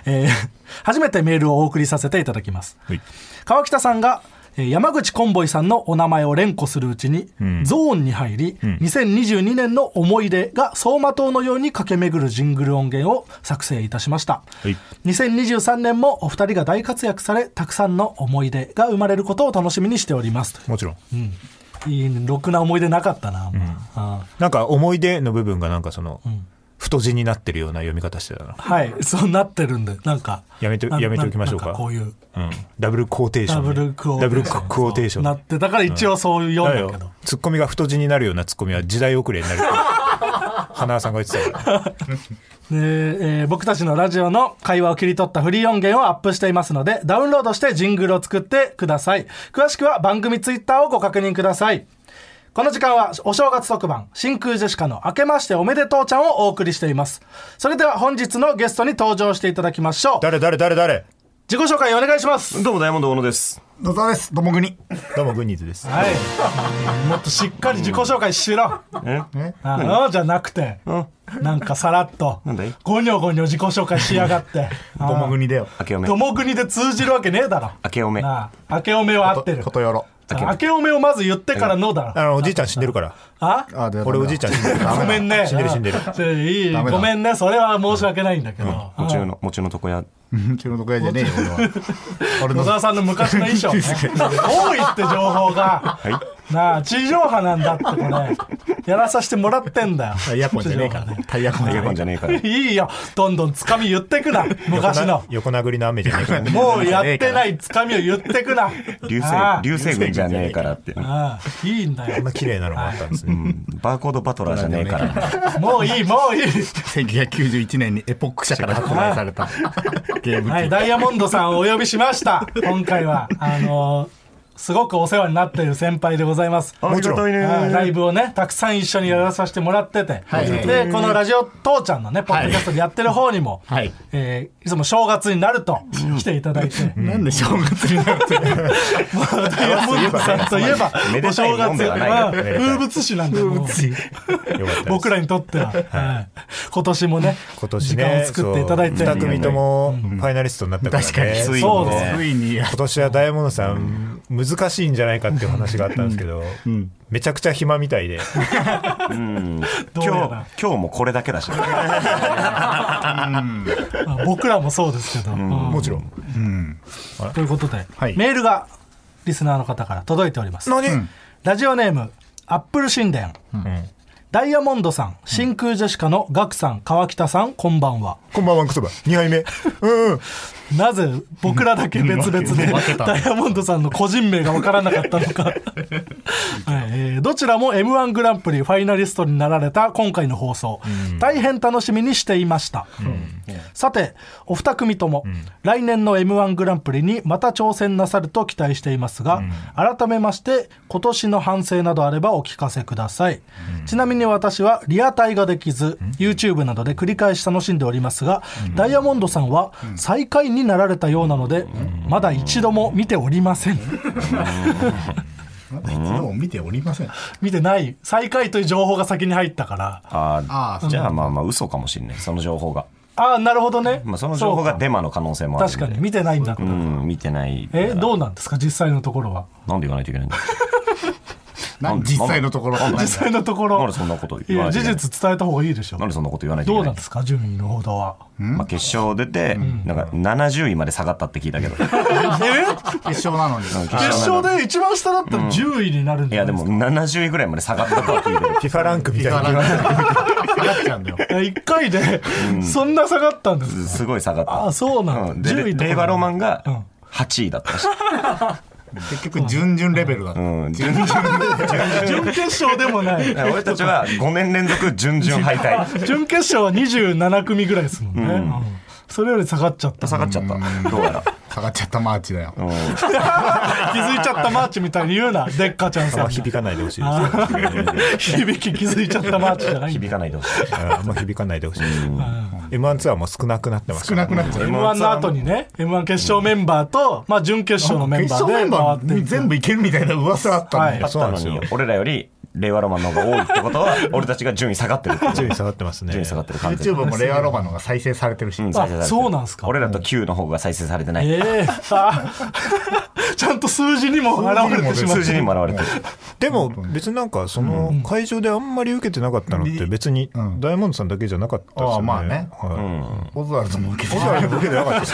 Speaker 3: えー (laughs) 初めてメールをお送りさせていただきます。
Speaker 2: はい
Speaker 3: 川北さんが、えー山口コンボイさんのお名前を連呼するうちに、ゾーンに入り、2022年の思い出が走馬灯のように駆け巡るジングル音源を作成いたしました。
Speaker 2: はい
Speaker 3: 2023年もお二人が大活躍され、たくさんの思い出が生まれることを楽しみにしております。
Speaker 2: もちろん。
Speaker 3: うん、いいねろくな思い出なかったな、ああ
Speaker 2: なんか思い出の部分がなんかその、太字になってるような読み方してたな。
Speaker 3: はい、そうなってるんで、なんか。
Speaker 2: やめて
Speaker 3: な
Speaker 2: やめておきましょうか
Speaker 3: なんこういう。
Speaker 2: うん。ダブルクォーテーショ
Speaker 3: ダ
Speaker 2: ンね。
Speaker 3: ブルクオー
Speaker 2: ダ
Speaker 3: テーション。
Speaker 2: ブルクォーテーション。
Speaker 3: なって、だから一応そういう
Speaker 2: だ
Speaker 3: 読んだけ
Speaker 2: よ
Speaker 3: ど。。
Speaker 2: ツッコミが太字になるようなツッコミは時代遅れになるから。花輪さんが言ってたから。
Speaker 3: でえー僕たちのラジオの会話を切り取ったフリー音源をアップしていますので、ダウンロードしてジングルを作ってください。詳しくは番組ツイッターをご確認ください。この時間はお正月特番、真空ジェシカの明けましておめでとうちゃんをお送りしています。それでは本日のゲストに登場していただきましょう。
Speaker 2: 誰誰誰誰
Speaker 3: 自己紹介お願いします
Speaker 4: どうもダイヤモンド小野です。
Speaker 5: 野沢です。どもぐに。
Speaker 2: どうもグニーズです
Speaker 3: はいもっとしっかり自己紹介しろ
Speaker 4: え
Speaker 3: ああじゃなくて
Speaker 4: うん。
Speaker 3: なんかさらっと
Speaker 4: なんだい
Speaker 3: ゴニョゴニョ自己紹介しやがって
Speaker 5: どもぐにだよ。
Speaker 4: 明けおめ
Speaker 3: ど。も国で通じるわけねえだろ
Speaker 4: 明けおめ。
Speaker 3: なあ明けおめは合ってる
Speaker 5: (laughs) ことよろ。
Speaker 3: さあ明けおめをまず言ってからのだろ
Speaker 2: あのおじいちゃん死んでるから
Speaker 3: あ
Speaker 5: あ、で
Speaker 2: 俺おじいちゃん死んでるから
Speaker 3: ごめんね
Speaker 2: 死んでる死んでる
Speaker 3: それいい
Speaker 5: ダメだ
Speaker 3: ごめんねそれは申し訳ないんだけど
Speaker 4: もちろんの、もちろんの床屋。
Speaker 5: ん。昨日の会じゃねえよ、俺は。俺
Speaker 3: 野沢
Speaker 5: の。
Speaker 3: さんの昔の衣装ね多いって情報が
Speaker 4: はい。
Speaker 3: なあ地上波なんだってこれやらさせてもらってんだよ
Speaker 5: タイヤコンじゃねえからね。タイヤコン
Speaker 4: タイ
Speaker 5: じゃ
Speaker 4: ヤコ
Speaker 5: ね
Speaker 4: ンじゃねえから。
Speaker 3: (laughs) いいよどんどんつかみ言ってくな昔の
Speaker 2: 横な横殴りの雨じゃねえから
Speaker 3: もうやってないつかみを言ってくな
Speaker 4: 流
Speaker 3: ああ
Speaker 4: 星、流星群じゃねえからって。うん
Speaker 3: ああいいんだ
Speaker 2: あん
Speaker 3: よ
Speaker 2: な綺麗なのがあったんですね
Speaker 4: バーコードバトラーじゃねえから。
Speaker 3: もういいもういい
Speaker 5: えか。1991年にエポック社から発売されたゲーム
Speaker 3: はい、
Speaker 5: 機。
Speaker 3: ダイヤモンドさんをお呼びしました。今回は、あのーすごくお世話になっている先輩でございます。
Speaker 4: もちろん。
Speaker 3: はいライブをね、たくさん一緒にやらさせてもらってて、
Speaker 5: はい
Speaker 3: で、このラジオ父ちゃんのね、ポッドキャストでやってる方にも、
Speaker 5: はい
Speaker 3: えーいつも正月になると来ていただいて、
Speaker 5: なんで正月になってる
Speaker 3: ダイヤモンドさんといえば、
Speaker 4: めで
Speaker 3: お
Speaker 4: たい
Speaker 3: 正
Speaker 4: もん
Speaker 3: 月、
Speaker 4: ではない
Speaker 3: まあ
Speaker 4: め
Speaker 2: でたい
Speaker 3: 風物詩なんで、もう
Speaker 2: よかったです
Speaker 3: 僕らにとっては、はい今年もね、
Speaker 2: 今年
Speaker 3: 時
Speaker 2: ね
Speaker 3: 間を作っていただいて、
Speaker 2: 2組ともファイナリストになったから、ね、
Speaker 5: 確かに
Speaker 4: つい
Speaker 3: そう
Speaker 4: に
Speaker 3: です
Speaker 4: ね。
Speaker 5: (laughs) ついに。
Speaker 2: 今年はダイヤモンドさん難しいんじゃないかっていう話があったんですけど、めちゃくちゃ暇みたいで
Speaker 3: どうや
Speaker 4: (laughs) 今日
Speaker 3: ら、
Speaker 4: 今日もこれだけだし。
Speaker 3: まあ僕らもそうですけど、うん
Speaker 2: もちろん
Speaker 3: ということで、
Speaker 5: はい
Speaker 3: メールがリスナーの方から届いております
Speaker 2: 何、
Speaker 3: ラジオネームアップル神殿、ダイヤモンドさん真空ジェシカのガクさん川北さんこんばんは
Speaker 2: こんばんはクソバ2杯目 (laughs) うんうん
Speaker 3: なぜ僕らだけ別々でダイヤモンドさんの個人名が分からなかったのか、はいえーどちらも m 1グランプリファイナリストになられた今回の放送、大変楽しみにしていました、さてお二組とも、来年の m 1グランプリにまた挑戦なさると期待していますが、改めまして今年の反省などあればお聞かせください、ちなみに私はリアタイができず、YouTube などで繰り返し楽しんでおりますが、ダイヤモンドさんは最下位になられたようなので、まだ一度も見ておりません
Speaker 5: まだ一度も見ておりません。
Speaker 3: 見てない最下位という情報が先に入ったから
Speaker 4: あ
Speaker 5: あ
Speaker 4: あ、じゃあまあまあ嘘かもしれない。その情報が。
Speaker 3: ああなるほどね、
Speaker 4: まあその情報がデマの可能性もあるんで。
Speaker 3: 確かに見てないんだ、
Speaker 4: うん、見てない。
Speaker 3: えどうなんですか実際のところは
Speaker 4: なんで言わないといけないんだ
Speaker 5: なん実際のところ。
Speaker 3: 実際のところ
Speaker 4: (laughs) なんでそんなこと言
Speaker 3: い
Speaker 4: わな
Speaker 3: や
Speaker 4: い
Speaker 3: 事
Speaker 4: といけない
Speaker 3: 実伝えた方がいいでしょ
Speaker 4: なんでそんなこと言わないとい
Speaker 3: ど
Speaker 4: け
Speaker 3: う
Speaker 4: な
Speaker 3: ないんですか順位のほど
Speaker 4: (laughs)
Speaker 3: は
Speaker 4: まあ、決勝出て、なんか70位まで下がったって聞いたけ
Speaker 3: (laughs)
Speaker 4: ど、
Speaker 3: え
Speaker 5: 決勝なのに。
Speaker 3: 決勝で一番下だったら10位になるん
Speaker 4: い
Speaker 3: じゃ
Speaker 4: や
Speaker 3: な
Speaker 4: で
Speaker 3: いで
Speaker 4: も70位ぐらいまで下がったとは聞いてる
Speaker 2: FIFA ランクみたい
Speaker 5: だか
Speaker 2: な
Speaker 5: ら下がっちゃうんだよ。
Speaker 3: すか、いや1回で、そんな下がったんです
Speaker 4: すごい下がった
Speaker 3: あそうなんだ
Speaker 4: で
Speaker 3: 10位とか
Speaker 4: 令和ロマン
Speaker 3: う
Speaker 4: が
Speaker 3: ん
Speaker 4: 8位だったらしい、
Speaker 5: 結局、準々レベルだった。
Speaker 4: うん、準
Speaker 3: 準決勝でもない
Speaker 4: (laughs) 俺たちは5年連続準々敗
Speaker 3: (laughs)
Speaker 4: 退
Speaker 3: 準決勝は27組ぐらいですもんね、うんそれより下がっちゃった (laughs)
Speaker 4: 下がっちゃったどうやら
Speaker 5: 下がっちゃったマーチだよ。
Speaker 3: 気づいちゃったマーチみたいに言うなでっかちゃん
Speaker 2: あん
Speaker 3: さ
Speaker 2: ま
Speaker 3: ん
Speaker 2: 響
Speaker 3: 響
Speaker 2: かないでほしいですあ
Speaker 3: (laughs) き気づいちゃったマーチじゃない
Speaker 4: 響かないでほしい
Speaker 2: あんま響かないでほしいです M1 ツアーも少なくなってました
Speaker 5: 少なくなっちゃう。
Speaker 3: m 1の後にね m 1決勝メンバーと、まあ、準決勝のメン
Speaker 5: 決
Speaker 3: バ
Speaker 5: 勝メン
Speaker 3: ー
Speaker 5: バ
Speaker 3: で
Speaker 5: ー
Speaker 3: 回っ
Speaker 5: に
Speaker 3: て
Speaker 5: 全部いけるみたいな噂あったんだよ。
Speaker 4: あったの
Speaker 2: そうなん
Speaker 4: に
Speaker 2: です
Speaker 4: 俺らより令和ロマンの方が多いってことは俺たちが順位下がってるってこと
Speaker 2: 順位下がってますね
Speaker 4: 順位下がってる感じ
Speaker 5: YouTube もレアロマンのが再生されてるし。
Speaker 3: そうなんすか
Speaker 4: 俺らと9の方が再生されてない、
Speaker 3: ええあ (laughs) ちゃんと数字にも現れてしまう
Speaker 4: 数字にも現れてる
Speaker 2: でも別になんかその会場であんまり受けてなかったのって別に
Speaker 5: うん
Speaker 2: ダイヤモンドさんだけじゃなかったですよね
Speaker 5: ああまあね
Speaker 2: は
Speaker 5: オズワルドも受けてる
Speaker 2: い受けてなかったです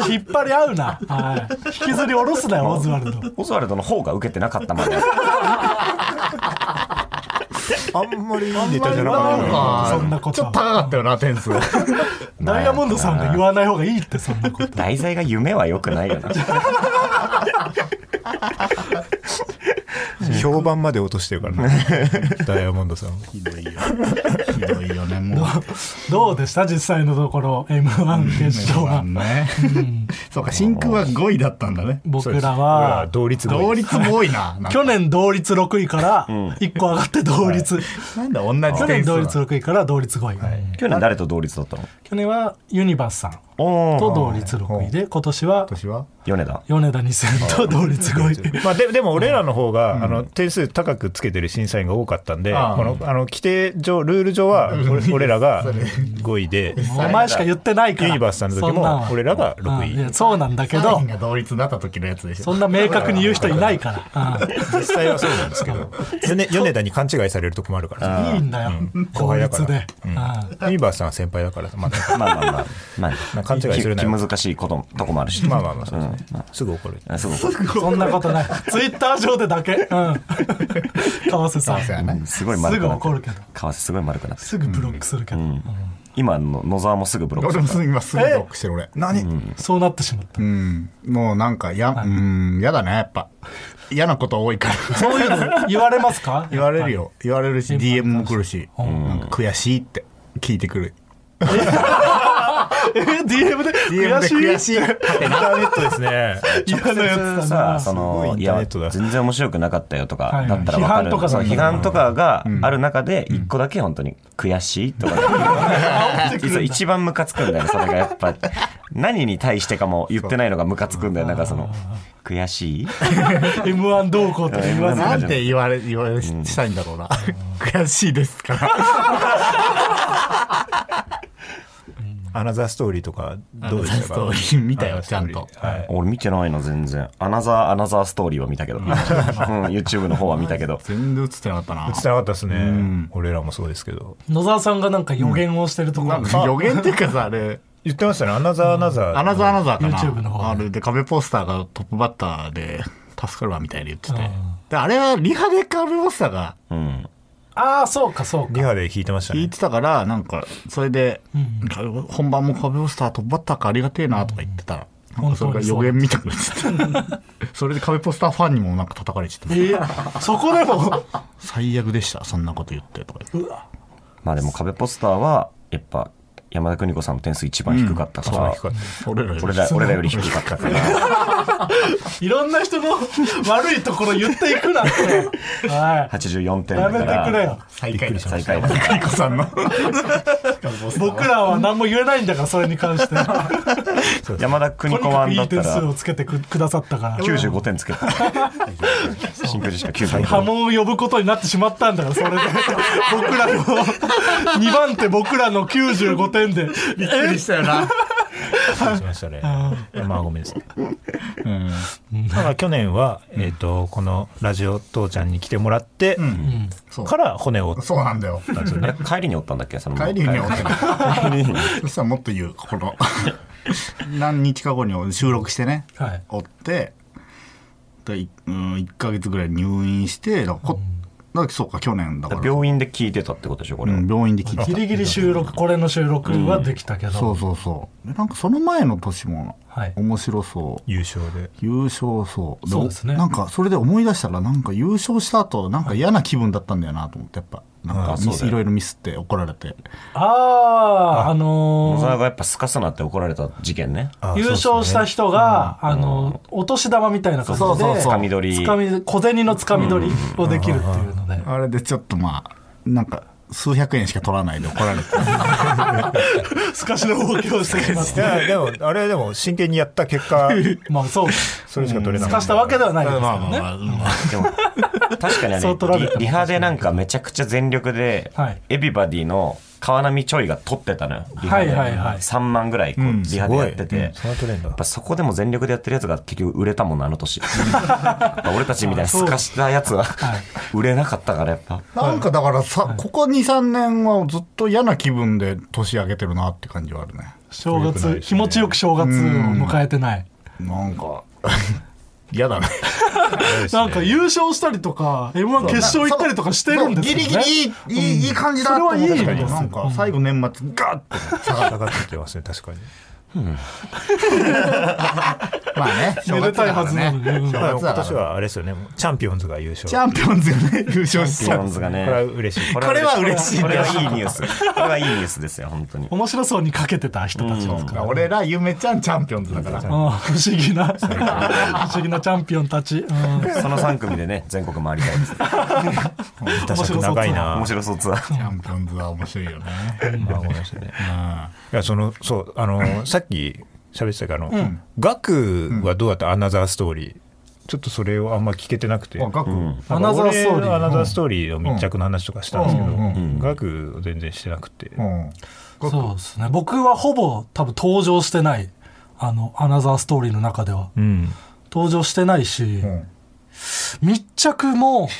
Speaker 3: 足引っ張り合うな、はい、引きずり下ろすなよオズワルド
Speaker 4: オズワルドの方が受けてなかったまで
Speaker 2: あんまりいいネタじゃなかったな
Speaker 5: なんか
Speaker 3: そんなこと
Speaker 5: ちょっと高かったよな、点数。
Speaker 3: ダイヤモンドさんが言わない方がいいってそんなこと
Speaker 4: 題材が夢は良くないよな。
Speaker 2: 評判まで落としてるからねダイヤモンドさん
Speaker 5: ひどいよ。ひどいよね、 (laughs) もう。
Speaker 3: どうでした実際のところ m 1決勝は
Speaker 5: ね。そうか、真空は5位だったんだね。
Speaker 3: 僕ら
Speaker 2: 俺ら
Speaker 3: は
Speaker 2: 同率
Speaker 5: 同
Speaker 2: 5位
Speaker 5: 率も多いな。なんか
Speaker 3: 去年同率6位から1個上がって同率、
Speaker 5: なんだ、同じ
Speaker 3: 去年
Speaker 5: 点数
Speaker 3: 同
Speaker 5: だ。
Speaker 3: 率6位から同率5位、
Speaker 4: 去年誰と同率だったの
Speaker 3: 去年はユニバースさん
Speaker 4: お
Speaker 3: と
Speaker 4: お
Speaker 3: 同率6位で今年は
Speaker 5: 年は
Speaker 4: 米田
Speaker 3: 米田2000と同率5位
Speaker 2: まあ、で (laughs) でも俺らの方が、あの点数高くつけてる審査員が多かったんで、
Speaker 5: ああ
Speaker 2: このあの規定上、ルール上は俺俺らが
Speaker 5: (laughs) それ
Speaker 2: 5位で、
Speaker 3: お前しか言ってないから
Speaker 2: ユニバースさんの時
Speaker 3: そな
Speaker 2: も
Speaker 3: は
Speaker 2: 俺らが6
Speaker 3: うんい
Speaker 2: 位、
Speaker 3: やそうなんだけ
Speaker 5: サ
Speaker 3: ど
Speaker 5: インが同率になった時のやつでし
Speaker 3: そ
Speaker 5: ょ
Speaker 3: んな明確に言う人いないから
Speaker 2: 実際はそうなんですけ (laughs) ど、米米田に勘違いされると困るから、
Speaker 3: うんいいんだよ
Speaker 2: 後
Speaker 3: 同
Speaker 2: 輩だから
Speaker 3: 率でうん
Speaker 2: ユニバースさんは先輩だから、まあ、
Speaker 4: まあまあまあまあ
Speaker 2: まあ勘違いするな
Speaker 4: 気
Speaker 2: よ
Speaker 4: 難しいこととこもあるし
Speaker 2: まあまあまあそうですね
Speaker 4: うんまあ
Speaker 2: すぐ怒る。
Speaker 4: あすごく
Speaker 3: そんなことないツイッター上でだけうん川瀬さん
Speaker 5: そうやな
Speaker 4: すごい丸く
Speaker 3: す
Speaker 4: な
Speaker 3: ぐ怒る
Speaker 4: っ
Speaker 3: け
Speaker 4: て
Speaker 3: ど
Speaker 4: 為替すごい丸くなってる
Speaker 3: すぐブロックするけど
Speaker 4: 今の野沢もすぐブロックする
Speaker 5: 俺もすぐ今すぐブロックしてる俺何
Speaker 3: そうなってしまった
Speaker 5: うんもうなんかやうんやだねやっぱ嫌なこと多いから
Speaker 3: そういうの言われますか
Speaker 5: 言われるよ言われるし
Speaker 3: 先輩
Speaker 5: DM も来るしなんか悔しいって聞いてくる
Speaker 3: え DM で
Speaker 5: DM
Speaker 3: 悔
Speaker 5: で
Speaker 3: し
Speaker 5: 悔
Speaker 3: い
Speaker 5: しい
Speaker 2: インターネットですね。
Speaker 3: 嫌なやつだ
Speaker 4: さ
Speaker 3: な
Speaker 4: あそ
Speaker 2: すご
Speaker 4: の
Speaker 2: い
Speaker 4: い
Speaker 2: インターネ
Speaker 4: や
Speaker 2: ットだ
Speaker 4: 全然面白くなかったよと
Speaker 3: は
Speaker 4: か
Speaker 3: い
Speaker 4: だったらわか
Speaker 3: 批判
Speaker 4: る
Speaker 3: とかだ
Speaker 4: そう
Speaker 3: った
Speaker 4: 批
Speaker 3: ら
Speaker 4: 判とかがある中で一個だけ本当に悔しいとかそう一番ムカつくんだよねそれがやっぱ何に対してかも言ってないのがムカつくんだよなんかその悔しい
Speaker 3: M1 同行とか言わず
Speaker 4: う
Speaker 5: なんんて言われ言われしたいんだろうな悔しいですから
Speaker 2: アナザーストーリーとかどうでした
Speaker 5: ス
Speaker 2: か
Speaker 5: トーリー見たよちゃんと
Speaker 2: はい
Speaker 4: 俺見てないの全然アナザーアナザーストーリーは見たけど、うん、YouTube の方は見たけど
Speaker 5: 全然映ってなかったな
Speaker 2: 映ってなかったですね。俺らもそうですけど。
Speaker 3: 野沢さんがなんか予言をしてるとこ
Speaker 5: な
Speaker 3: ろ
Speaker 5: んか予言っていうかさあれ
Speaker 2: 言ってましたね。アナザーアナザー。
Speaker 5: アナザーアナザーかな
Speaker 3: YouTube の方
Speaker 5: あれで壁ポスターがトップバッターで助かるわみたいに言っててであれはリハで壁ポスターが
Speaker 4: うん
Speaker 3: ああそうかそう
Speaker 2: リ
Speaker 3: か
Speaker 2: ハで弾いてました
Speaker 5: 聞い
Speaker 2: ね。
Speaker 5: てたからなんかそれで
Speaker 3: ん
Speaker 5: 本番も壁ポスタートップバッターかありがてえなとか言ってたらなんかそれが予言みたくなっちゃって (laughs) それで壁ポスターファンにもなんか叩かれちゃって
Speaker 3: えーそこでも
Speaker 5: 最悪でしたそんなこと言ってとか言っ
Speaker 3: う
Speaker 5: て
Speaker 3: わ
Speaker 4: まあでも壁ポスターはやっぱ山田邦子さんの点数一番低かったから、
Speaker 5: 俺らより
Speaker 4: 俺ら俺らより低かったから
Speaker 3: いろんな人の (laughs) 悪いところ言っていくなんては
Speaker 4: 84
Speaker 3: い
Speaker 4: 点
Speaker 3: やめ
Speaker 4: だか
Speaker 3: て
Speaker 4: ら
Speaker 3: くれよ
Speaker 5: 最下位でしょ
Speaker 4: 最下位だから
Speaker 5: 子さんの
Speaker 3: 僕らは何も言えないんだからそれに関して
Speaker 4: 山田
Speaker 3: とに
Speaker 4: 邦子
Speaker 3: か
Speaker 4: ワ
Speaker 3: く
Speaker 4: ン
Speaker 3: い
Speaker 4: だ
Speaker 3: い
Speaker 4: っ
Speaker 3: 点
Speaker 4: た
Speaker 3: 数
Speaker 4: ら
Speaker 3: をつけてくくださったから
Speaker 4: 95点つけた真空ジェシカ
Speaker 3: 波
Speaker 4: 95点
Speaker 3: 紋を呼ぶことになってしまったんだから、それで。 (laughs) 僕らの、2番手僕らの95点で。
Speaker 5: びっくりしたよな
Speaker 2: しましたね。まあごめんですね。だから去年は、えっと、このラジオ父ちゃんに来てもらって、
Speaker 5: そう
Speaker 2: から骨を折っ
Speaker 5: そうなんだよ
Speaker 2: たんですよね。
Speaker 4: え帰りにおったんだっけその
Speaker 5: 帰りに
Speaker 4: 帰
Speaker 5: そしたらもっと言うこの何日か後に収録してね
Speaker 3: はい。
Speaker 5: おってでいうん、1か月ぐらい入院してだからこ、だからそうか去年だから
Speaker 4: 病院で聞いてたってことでしょこれ、
Speaker 5: うん病院で聞い
Speaker 3: ギ
Speaker 5: て
Speaker 3: リギリ収録、これの収録はできたけ
Speaker 5: たそう
Speaker 3: ど。
Speaker 5: そうそうでなんかその前の年も
Speaker 3: はい。
Speaker 5: 面白そう
Speaker 2: 優勝で。
Speaker 5: 優勝そう
Speaker 3: そうですね
Speaker 5: なんかそれで思い出したらなんか優勝した後なんか嫌な気分だったんだよなと思ってやっぱなんか
Speaker 4: あ
Speaker 5: ミ
Speaker 4: そう
Speaker 5: ス
Speaker 4: だよ
Speaker 5: いろいろミスって怒られて
Speaker 3: あー、あ
Speaker 4: 野
Speaker 3: の
Speaker 4: 沢がやっぱすかすなって怒られた事件ね
Speaker 2: あ
Speaker 3: ー、優勝した。人が、あのー、お年玉みたいな感じで、
Speaker 5: そうそうそう
Speaker 4: つかみ取
Speaker 3: つ
Speaker 4: り
Speaker 3: かみ小銭のつかみ取りをできるっていうので。
Speaker 5: あれでちょっとまあなんか数百円しか取らないで怒られて
Speaker 3: すかしの動きをしてきま
Speaker 2: そう
Speaker 3: す
Speaker 2: ですねいやでも、あれでも真剣にやった結
Speaker 4: (laughs)
Speaker 2: 果、
Speaker 3: まあそう。
Speaker 2: それしか取れな
Speaker 3: す
Speaker 2: か
Speaker 3: か
Speaker 2: っ。
Speaker 3: したたわけではないですけ
Speaker 5: (laughs) まあ
Speaker 3: ど
Speaker 5: まあ
Speaker 3: ね。
Speaker 5: まあ、ま
Speaker 4: でも確かにあ
Speaker 3: そう取ら
Speaker 4: れ
Speaker 3: れた
Speaker 4: リリハでなんかめちゃくちゃ全力で、
Speaker 3: はい
Speaker 4: エビバディの川波ちょいが取ってたのよリハで、
Speaker 3: はいはいはい
Speaker 4: 3万ぐらいこう、リハでやってて、やっ
Speaker 2: その取れんだ
Speaker 4: ぱ。そこでも全力でやってるやつが結局売れたもんなあの
Speaker 5: (laughs)
Speaker 4: 年やっぱ俺たちみたいにすかしたやつは売れなかったからやっぱ
Speaker 5: あなんかだからさ、ここ23年はずっと嫌な気分で年上げてるなって感じはあるね
Speaker 3: 正月、気持ちよく正月を迎えてない。
Speaker 5: なんか (laughs) 嫌だね
Speaker 3: なんか優勝したりとか、M1 決勝行ったりとかしてるんですよね。
Speaker 5: そうギリギリいい,、いいいい感じだと思
Speaker 3: そ
Speaker 5: っ
Speaker 3: れはいい
Speaker 5: た
Speaker 3: よ
Speaker 5: けどなんか最後年末ガッて (laughs)
Speaker 2: 下がってきてますね、確かに。
Speaker 5: まあね
Speaker 3: (laughs) めでたいはずなのに
Speaker 5: 正月
Speaker 2: だ
Speaker 5: だ
Speaker 2: か
Speaker 5: かららね
Speaker 2: 今年はあれですよね、もうチャンピオンズが優勝。
Speaker 5: チャンピオンズがね優勝し
Speaker 4: ピオ
Speaker 5: た
Speaker 4: ンズが
Speaker 2: これは
Speaker 4: ね
Speaker 2: 嬉しい。
Speaker 5: これは嬉しいね
Speaker 4: これはいいニュースこれはいいニュースですよ本当に
Speaker 3: 面白そうにかけてた人たちですから。
Speaker 5: 俺らゆめちゃんチャンピオンズだから
Speaker 3: うん不思議な、 (laughs) 不思議なチャンピオンたち。
Speaker 5: (laughs)
Speaker 3: うん
Speaker 4: その3組でね全国回りたいです
Speaker 2: 打者長いな
Speaker 4: 面。白そうツアー
Speaker 5: チャンピオンズは面白いよね
Speaker 2: いやそのそうあのさっき喋ってたけど、あのガクはどうだったアナザーストーリーちょっとそれをあんま聞けてなくて
Speaker 5: あ、ガク。
Speaker 2: な
Speaker 3: ア
Speaker 2: んか
Speaker 3: ナザーストーリ
Speaker 2: 俺
Speaker 3: ー
Speaker 2: アナザーストーリーの密着の話とかしたんですけど、
Speaker 5: うんうん
Speaker 4: うん
Speaker 2: ガクを全然してなくて、
Speaker 5: うん。
Speaker 3: そうですね僕はほぼ多分登場してないあのアナザーストーリーの中では
Speaker 2: うん
Speaker 3: 登場してないし、
Speaker 5: うん
Speaker 3: 密着も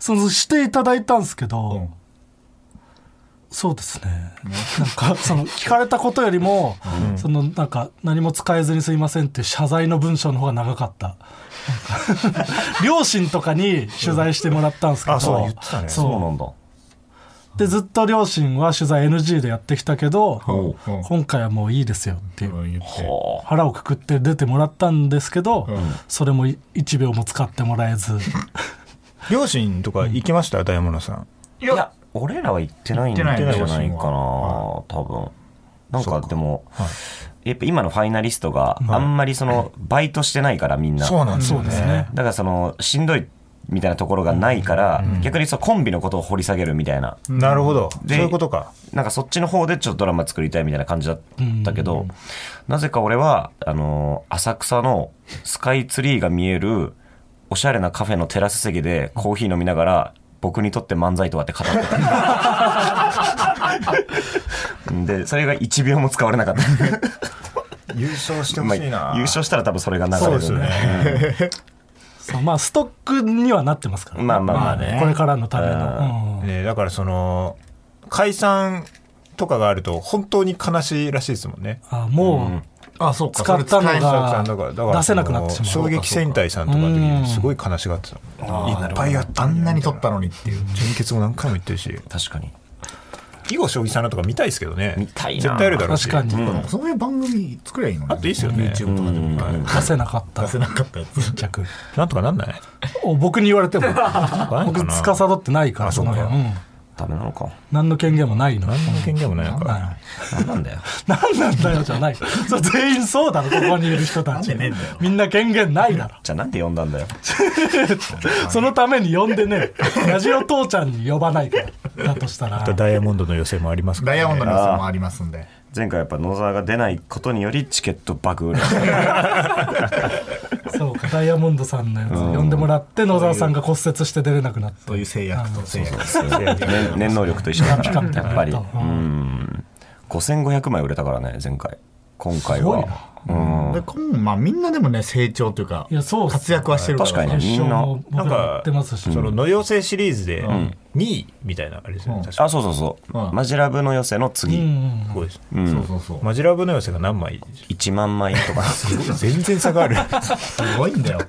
Speaker 3: そのしていただいたんですけど、そうですねなんかその聞かれたことよりも、そのなんか何も使えずにすいませんっていう謝罪の文章の方が長かったな
Speaker 2: (laughs)
Speaker 3: んか両親とかに取材してもらったんですけど、
Speaker 2: あそう言ってたね
Speaker 4: そう
Speaker 3: そ
Speaker 4: なんだ。
Speaker 3: うでずっと両親は取材 NG でやってきたけど、
Speaker 4: お
Speaker 5: うん
Speaker 3: 今回はもういいですよっていう
Speaker 5: 言って。
Speaker 4: お。
Speaker 3: 腹をくくって出てもらったんですけど、それも1秒も使ってもらえず
Speaker 2: 両親とか行きました大物さん
Speaker 4: いや、俺らは行ってないんじゃないかな
Speaker 5: 行ってない、
Speaker 4: 多分。なんかでも、やっぱ今のファイナリストがあんまりその、バイトしてないからみんな。
Speaker 2: なんですよね
Speaker 4: だからその、しんどいみたいなところがないから、逆にそのコンビのことを掘り下げるみたいな。
Speaker 2: なるほどそう
Speaker 4: で
Speaker 2: いうことか
Speaker 4: なんかそっちの方でちょっとドラマ作りたいみたいな感じだったけど、なぜか俺は、あのー浅草のスカイツリーが見えるおしゃれなカフェのテラス席でコーヒー飲みながら、僕にとって漫才とはって語ってた。で、それが1秒も使われなかった。
Speaker 2: 優勝 (laughs) して
Speaker 4: まあ
Speaker 2: ほしいな、
Speaker 4: 優勝したら多分それが流れる
Speaker 2: そうんで
Speaker 4: です
Speaker 2: よね、
Speaker 3: そうまあストックにはなってますから、
Speaker 4: まあまあまあね。
Speaker 3: これからのための、うん
Speaker 2: ねだからその解散とかがあると本当に悲しいらしいですもんね
Speaker 3: あも
Speaker 5: あ、そう
Speaker 3: う
Speaker 5: か。
Speaker 3: 使ったの
Speaker 5: それ使え
Speaker 2: さ
Speaker 3: が
Speaker 2: んとかだから
Speaker 3: 出せなくなってし
Speaker 2: その
Speaker 3: まう
Speaker 2: 衝撃戦隊さんとかの時
Speaker 3: うん
Speaker 2: にすごい悲しがってたもんいっぱいやった
Speaker 5: あんなに
Speaker 2: と
Speaker 5: 取ったのにっていう。
Speaker 2: 純潔も何回も言ってるし
Speaker 4: 確かに。
Speaker 2: 囲碁将棋さんのとか見たいですけどね
Speaker 4: 見たいな
Speaker 2: 絶対やるだろうし
Speaker 3: 確かに、
Speaker 5: そういう番組作りゃいいのに
Speaker 2: あといいっすよね
Speaker 5: YouTube とかでもいいから
Speaker 3: 出せなかった
Speaker 5: 出せなかったやつ。
Speaker 3: 密着
Speaker 2: なんとかなんない
Speaker 3: お僕に言われても
Speaker 2: なん
Speaker 3: (laughs) 僕
Speaker 2: か
Speaker 3: 司
Speaker 2: な
Speaker 3: ってないから
Speaker 2: あ
Speaker 3: その辺、
Speaker 2: そう
Speaker 3: うん
Speaker 4: ダメなのか。
Speaker 3: 何の権限もないの
Speaker 2: 何の権限もないのか
Speaker 4: なんなんだよ。
Speaker 3: 何なんだよじゃないそれ全員そうだろここにいる人たち
Speaker 5: なんでねえんだよ
Speaker 3: みんな権限ないだろ
Speaker 4: じゃあなんで呼んだんだよ。
Speaker 3: そのために呼んでねえラジオ父ちゃんに呼ばないからだとしたら
Speaker 2: あとダイヤモンドの寄せもありますから
Speaker 5: ダイ
Speaker 2: ね
Speaker 5: ヤモンドの差もありますんで。
Speaker 4: 前回やっぱ野沢が出ないことによりチケット爆売れ。
Speaker 3: そうかダイヤモンドさんのやつ呼んでもらって野沢さんが骨折して出れなくなって
Speaker 5: そういう制約と制約。
Speaker 4: ね念能力と一緒だか
Speaker 3: ピカピ
Speaker 4: ら
Speaker 3: カ
Speaker 4: やっぱり
Speaker 3: う
Speaker 4: うんん5500枚売れたからね前回今回は
Speaker 5: で、今、まあみんなでもね、成長というか
Speaker 3: いや、そうっす
Speaker 5: 活躍はしてるから。
Speaker 4: 確かに
Speaker 3: 決勝も
Speaker 2: みんな
Speaker 3: 僕らやってますし
Speaker 2: その野寄せシリーズで2位みたいなあれですよね確か
Speaker 4: あそうそうそう、
Speaker 5: うん
Speaker 4: マジラブの寄せの
Speaker 3: うんう
Speaker 4: 次、
Speaker 3: ん
Speaker 2: すごいです
Speaker 4: うん
Speaker 5: そうそうそう。
Speaker 2: マジラブの寄せが何枚
Speaker 4: 1万枚とか
Speaker 2: 全然差がある
Speaker 5: すごいんだよ。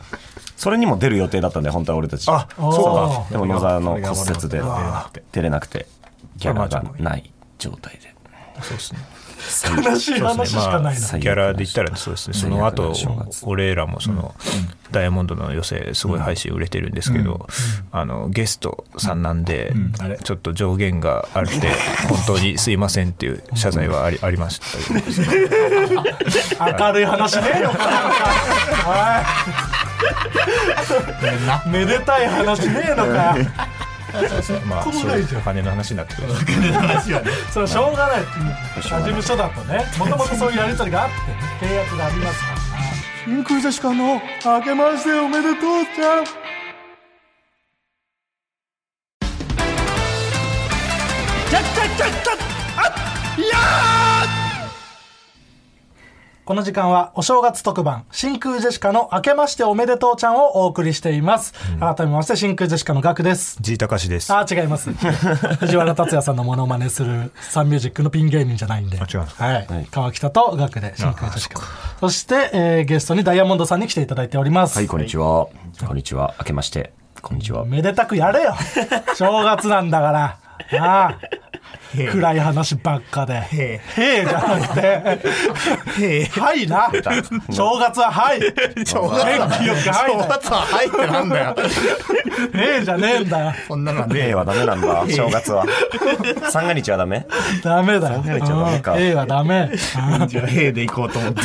Speaker 4: それにも出る予定だったんで本当は俺たち
Speaker 2: あ
Speaker 3: そ
Speaker 4: でも野沢の骨折で
Speaker 5: うわ
Speaker 4: 出れなくてギャラがない状態で
Speaker 2: そうですね
Speaker 3: 悲しい話しかないな、
Speaker 2: ギャラで言ったらそうですねその後俺らもそのダイヤモンドの寄せすごい配信売れてるんですけどあのゲストさんなんで
Speaker 5: あれ
Speaker 2: ちょっと上限があるって本当にすいませんっていう謝罪はありありました (laughs) けど
Speaker 3: 明るい話ねえのかおいめでたい話ねえのかよ
Speaker 2: まあ
Speaker 3: この
Speaker 2: そういう
Speaker 3: ラジオ
Speaker 2: 金の話になってく (laughs) る
Speaker 3: それはしょうがない他事務所だとねもともとそういうやり取りがあってね契約がありますからうんクイズしかの明けましておめでとうちゃんこの時間はお正月特番、真空ジェシカの明けましておめでとうちゃんをお送りしています。改めまして真空ジェシカのガクです。
Speaker 2: ジータカシです
Speaker 3: あー、違い (laughs) ます。藤原竜也さんのモノマネするサンミュージックのピン芸人じゃないんで。
Speaker 2: あ違うんです
Speaker 3: はい。川北とガクで真空ジェシカ。そして、えーゲストにダイヤモンドさんに来ていただいております。
Speaker 4: はいこんにちはこんにちは明けましてこんにちは
Speaker 3: めでたくや (laughs) れよ正月なんだから。ああ。暗い話ばっかで。へえじゃなくて。はい
Speaker 4: (laughs)
Speaker 3: な。正月ははい。元気よくはいな。
Speaker 5: は入ってなんだよ。
Speaker 3: へえじゃねえんだよ。
Speaker 5: こんなのはね
Speaker 4: ええはダメなんだ正月は三が日はダメ
Speaker 3: ダメだよ。
Speaker 4: れちゃダメか
Speaker 3: うんへえはダメ。
Speaker 5: じゃあ、へえで行こうと思って。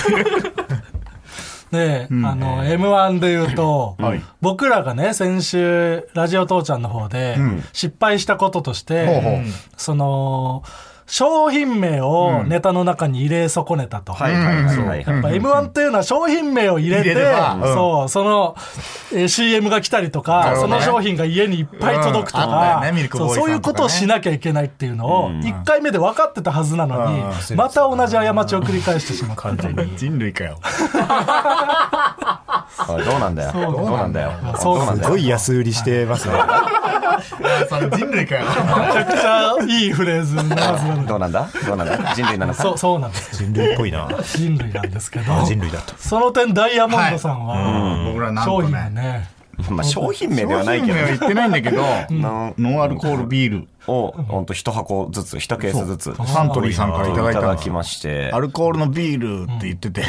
Speaker 3: で、あの、M1 で言うと、僕らがね、先週、ラジオ父ちゃんの方で、失敗したこととして、その、商品名をネタの中に入れ損ねたと。
Speaker 4: はいはいはいはいはい。
Speaker 3: やっぱ M1 っていうのは商品名を入れて、
Speaker 5: 入れればうん
Speaker 3: そう、その、えー CM が来たりと
Speaker 5: な
Speaker 3: か、
Speaker 5: るほ
Speaker 3: そ
Speaker 5: ど
Speaker 3: の
Speaker 5: ね
Speaker 3: 商品が家にいっぱい届くと
Speaker 5: うんあっ
Speaker 3: か
Speaker 5: たよねミル、クボ
Speaker 3: そ
Speaker 5: ー
Speaker 3: うそう
Speaker 5: イさんとかね
Speaker 3: いうことをしなきゃいけないっていうのを、1回目で分かってたはずなのに
Speaker 2: う、
Speaker 3: また同じ過ちを繰り返してしまったという。
Speaker 5: 人類かよ。
Speaker 4: おいどうなんだよ。どうなんだよ。
Speaker 3: そ
Speaker 4: ど
Speaker 3: う
Speaker 4: う
Speaker 3: な
Speaker 4: なんん
Speaker 2: す
Speaker 4: だ
Speaker 2: ご
Speaker 4: よ。
Speaker 2: い安売りして (laughs) ますね。
Speaker 5: それ人類かよ。
Speaker 3: めちゃくちゃいいフレーズなはずなのに。
Speaker 4: どうなんだどうなんだ人類なのか。
Speaker 3: そう、そうなんです。
Speaker 2: 人類っぽいな。
Speaker 3: 人類なんですけど、
Speaker 2: 人類だと。
Speaker 3: その点ダイヤモンドさんは、
Speaker 5: 僕らなん
Speaker 3: 商
Speaker 5: と
Speaker 3: 品が
Speaker 5: ね。
Speaker 3: ね、
Speaker 4: まあ商品名で
Speaker 5: 商
Speaker 4: はないけ
Speaker 5: 品名は
Speaker 4: ど。
Speaker 5: 言ってないんだけど、
Speaker 4: ノ
Speaker 5: ノンアルコールビール、
Speaker 4: を、ほんと一箱ずつ、一ケースずつ、い
Speaker 5: サントリーさんからいただい
Speaker 4: た
Speaker 5: たの
Speaker 4: だきまして
Speaker 5: ア。ルコールのビールって言ってて、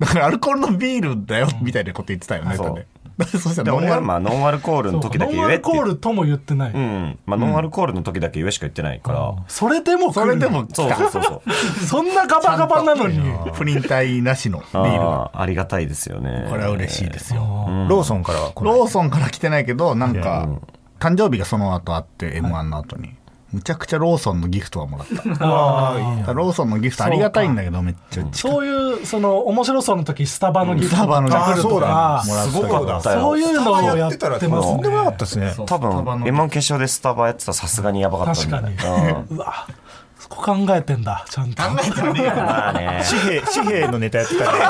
Speaker 5: だからアルコールのビールだよ、みたいなこと言ってたよね、
Speaker 4: そう
Speaker 5: だってだからそした
Speaker 4: で、
Speaker 5: らノ
Speaker 4: 俺
Speaker 5: ンア
Speaker 4: は
Speaker 5: ル
Speaker 4: まあ、ノンアルコールの時だけ
Speaker 3: ノン
Speaker 4: 言
Speaker 3: ア
Speaker 4: えっ
Speaker 3: ル
Speaker 4: てい
Speaker 3: コー
Speaker 4: う。
Speaker 3: ルとも言ってない。
Speaker 4: うん。まあ、ノンアルコールの時だけ言えしか言ってないから。
Speaker 3: それでも来
Speaker 5: そ
Speaker 3: る
Speaker 5: れ
Speaker 3: ん
Speaker 5: で
Speaker 3: だ
Speaker 5: も
Speaker 4: そう
Speaker 5: 来
Speaker 4: そう
Speaker 5: た。
Speaker 4: そうそう。
Speaker 3: (laughs) そんなガバガバなのに。
Speaker 5: プリン体なしのビールが。
Speaker 4: ああ、ありがたいですよね。
Speaker 5: これは嬉しいですよ。
Speaker 2: ローソンからはこの
Speaker 5: ローソンから来てないけど、なんか、誕生日がその後あって、M1 の後に。むちゃくちゃローソンのギフトはもらった。だからローソンのギフトありがたいんだけど、めっちゃ。
Speaker 3: そういう、その、面白そうの時、スタバのギフ
Speaker 5: スタ
Speaker 3: ト
Speaker 5: バのギフト
Speaker 3: が来るとか、
Speaker 5: もらっ
Speaker 2: す
Speaker 5: た
Speaker 2: ごかった
Speaker 4: よ
Speaker 3: そういうのをやってますね。
Speaker 2: とんでもなかったですね。
Speaker 4: 多分、M1 決勝でスタバやってたらさすがにやばかったん
Speaker 3: 確か
Speaker 4: だよね
Speaker 3: に。
Speaker 4: うん。
Speaker 3: うわ、そこ考えてんだ、ちゃんと。
Speaker 5: (laughs)
Speaker 4: まあね。
Speaker 2: 紙幣、紙幣のネタやってたんで、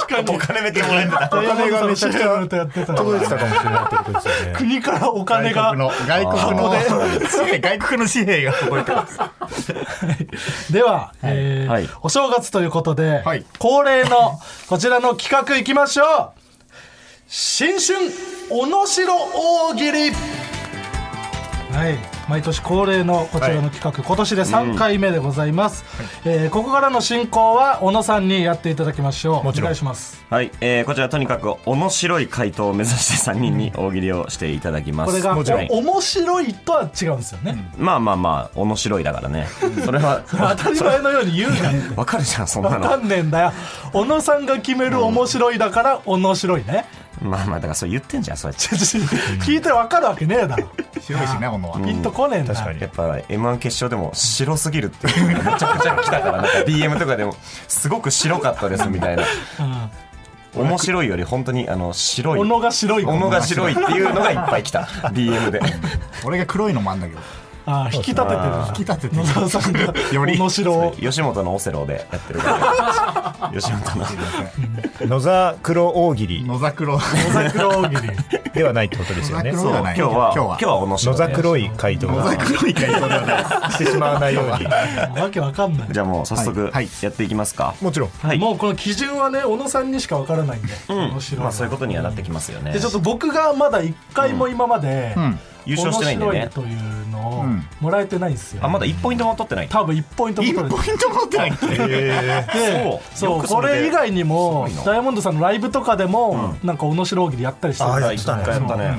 Speaker 3: 確かに。お金めてもらえてた。お
Speaker 2: お金がめちゃくちゃ
Speaker 3: やってた。
Speaker 2: 届いてたかもしれないってことですよね。
Speaker 3: 国からお金
Speaker 5: 外
Speaker 3: が
Speaker 5: 国。の、外国の、紙幣外国の紙幣が届いてます。
Speaker 3: では、えー
Speaker 4: はい
Speaker 3: お正月ということで、
Speaker 5: はい
Speaker 3: 恒例のこちらの企画いきましょう新春おのしろ大喜利はい毎年恒例のこちらの企画、今年で3回目でございます、えーここからの進行は小野さんにやっていただきましょうお願いします
Speaker 4: はい、えーこちらとにかく面白い回答を目指して3人に大喜利をしていただきます
Speaker 3: これが
Speaker 4: もちろん
Speaker 3: お面白いとは違うんですよね、
Speaker 4: まあまあまあ面白いだからねそれは
Speaker 3: 当たり前のように言うな
Speaker 4: わかるじゃんそんな
Speaker 3: わ
Speaker 4: の
Speaker 3: かんねえんだよ小野さんが決める面白いだから面白いね、
Speaker 4: まあまあだからそれ言ってんじゃんそうやっ
Speaker 3: ちょちょ (laughs) 聞いてわかるわけねえだろ
Speaker 5: 白いしね、このは。
Speaker 3: ピンとこねえんだ
Speaker 2: 確かに
Speaker 4: てやっぱ m 1決勝でも白すぎるっていうのがめちゃくちゃ来たからなんか DM とかでもすごく白かったですみたいな面白いより本当にあの白い
Speaker 3: 小野が白い
Speaker 4: 小野が白いっていうのがいっぱい来た DM で
Speaker 5: 俺が黒いのもあんだけど。
Speaker 3: ああ引き立ててるな
Speaker 5: 引き立てて
Speaker 3: 野沢さん
Speaker 4: (laughs)
Speaker 3: が
Speaker 5: より
Speaker 3: 面白を
Speaker 4: 吉本のオセロでやってるから吉本の
Speaker 2: 野沢黒大喜利
Speaker 5: 野桜。
Speaker 3: 小桜大喜利
Speaker 2: ではないってことですよね。
Speaker 5: 野
Speaker 4: そう
Speaker 5: 桜
Speaker 2: 野
Speaker 4: 今
Speaker 5: じゃない
Speaker 4: 日は
Speaker 5: 今日は
Speaker 4: 今日は小野白
Speaker 2: 沢
Speaker 4: で
Speaker 2: 黒い回答
Speaker 5: 野
Speaker 2: が
Speaker 5: 桜以外そうではないです。
Speaker 2: してしまわないように。
Speaker 3: わけわかんない
Speaker 4: じゃあもう早速
Speaker 5: はいはい
Speaker 4: やっていきますか。
Speaker 2: もちろん。
Speaker 4: はい
Speaker 3: もうこの基準はね小野さんにしかわからないんで面白い
Speaker 4: まあそういうことにはなってきますよね。
Speaker 3: でちょっと僕がまだ一回も今まで
Speaker 5: ん
Speaker 4: 優勝してないんで
Speaker 3: 面
Speaker 4: ね。
Speaker 3: 白いというのを
Speaker 5: ん
Speaker 3: もらえてないんですよ
Speaker 4: あまだ1ポイントも取ってない。
Speaker 3: 多分1ポイントも
Speaker 5: 一
Speaker 3: 取れて
Speaker 5: ポイント持ってないっけ
Speaker 3: で
Speaker 4: そう
Speaker 3: そ
Speaker 4: よ
Speaker 3: う
Speaker 4: く
Speaker 3: こ
Speaker 4: それで
Speaker 3: れ以外にも
Speaker 4: すごいな
Speaker 3: ダイヤモンドさんのライブとかでもなんか面白大喜利やったりしてるんですよ
Speaker 4: 一回やったね。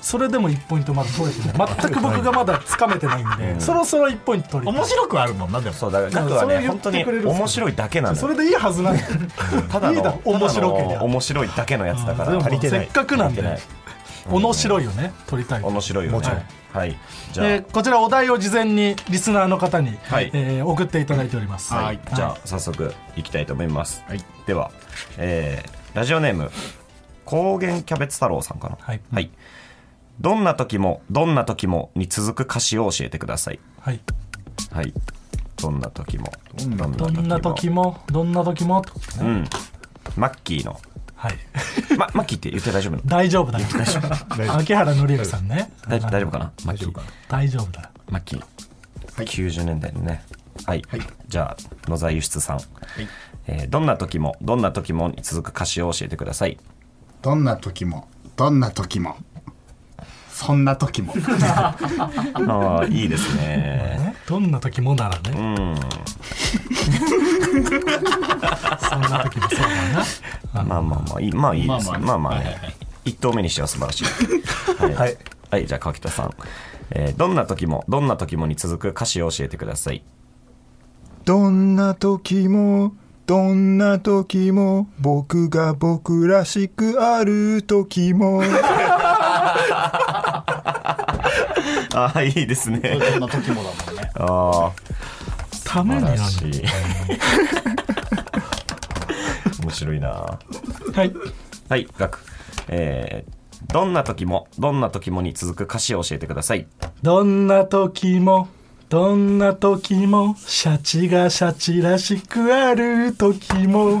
Speaker 3: それでも1ポイントまだ取れてない全く僕がまだつかめてないんで、そろそろ1ポイント取りた
Speaker 5: 面
Speaker 3: い
Speaker 5: 白くあるもんな、でも。
Speaker 4: そうだから額
Speaker 3: そ
Speaker 4: は
Speaker 3: れを
Speaker 4: ね
Speaker 3: 言
Speaker 4: 本
Speaker 3: って
Speaker 4: 当
Speaker 3: くれ
Speaker 4: に
Speaker 3: るんですよ
Speaker 4: 面白いだけなんだ
Speaker 3: そ
Speaker 4: よ。
Speaker 3: れでいいはずなんだよ
Speaker 4: ただ
Speaker 3: いい
Speaker 4: の
Speaker 3: だろ面白けりゃ
Speaker 4: ただの面白いだけのやつだか
Speaker 3: で
Speaker 4: ら
Speaker 3: も
Speaker 4: 足りてな
Speaker 3: せ
Speaker 4: い
Speaker 3: っ。かくなんで
Speaker 4: 足りてない
Speaker 3: 面白いよね取りたい
Speaker 4: 面白いよね。
Speaker 3: もちろん
Speaker 4: はい。じゃ
Speaker 3: で
Speaker 4: あ
Speaker 3: こちらお題を事前にリスナーの方に、
Speaker 4: はい
Speaker 3: えー送っていただいております、
Speaker 4: はい、じゃあ早速いきたいと思います、
Speaker 5: はい
Speaker 4: では、えーラジオネーム高原キャベツ太郎さんかな
Speaker 3: はい
Speaker 4: どんな時もどんな時もに続く歌詞を教えてください
Speaker 3: はい
Speaker 4: はいどんな時も
Speaker 5: どんな時も
Speaker 3: どんな時
Speaker 4: も
Speaker 3: もどんな時もってことね
Speaker 4: うんマッキーの、
Speaker 3: はい (laughs)
Speaker 4: ま、マッキーって言って大丈夫なの
Speaker 3: 大丈夫だよ (laughs) 秋原紀之さんね
Speaker 4: (laughs) 大大丈夫かなマッキー
Speaker 3: 大丈夫だ
Speaker 4: マッキー、90年代のねはい、じゃあ野沢輸出さん、えーどんな時もどんな時もに続く歌詞を教えてください
Speaker 5: どんな時も、どんな時も、そんな時も。
Speaker 4: ああ (laughs) いいですね
Speaker 3: ねどんな時もならね、そんな時もそうだな
Speaker 4: まあまあまあいいまあいいですまあまあ,、一投目にしては素晴ら (laughs) しいはい、はいじゃあ川北さん、えーどんな時もどんな時もに続く歌詞を教えてください
Speaker 2: どんな時も、どんな時も、僕が僕らしくある時も。
Speaker 4: (laughs) ああ、いいです (laughs) ね。
Speaker 5: そんな時もだもんね。
Speaker 4: ああ、
Speaker 3: ためになる
Speaker 4: らしい。 (laughs) 面白いな。
Speaker 3: はい
Speaker 4: はい、ガク。えー、どんな時も、どんな時もに続く歌詞を教えてください。
Speaker 3: どんな時もどんな時もシャチがシャチらしくある時も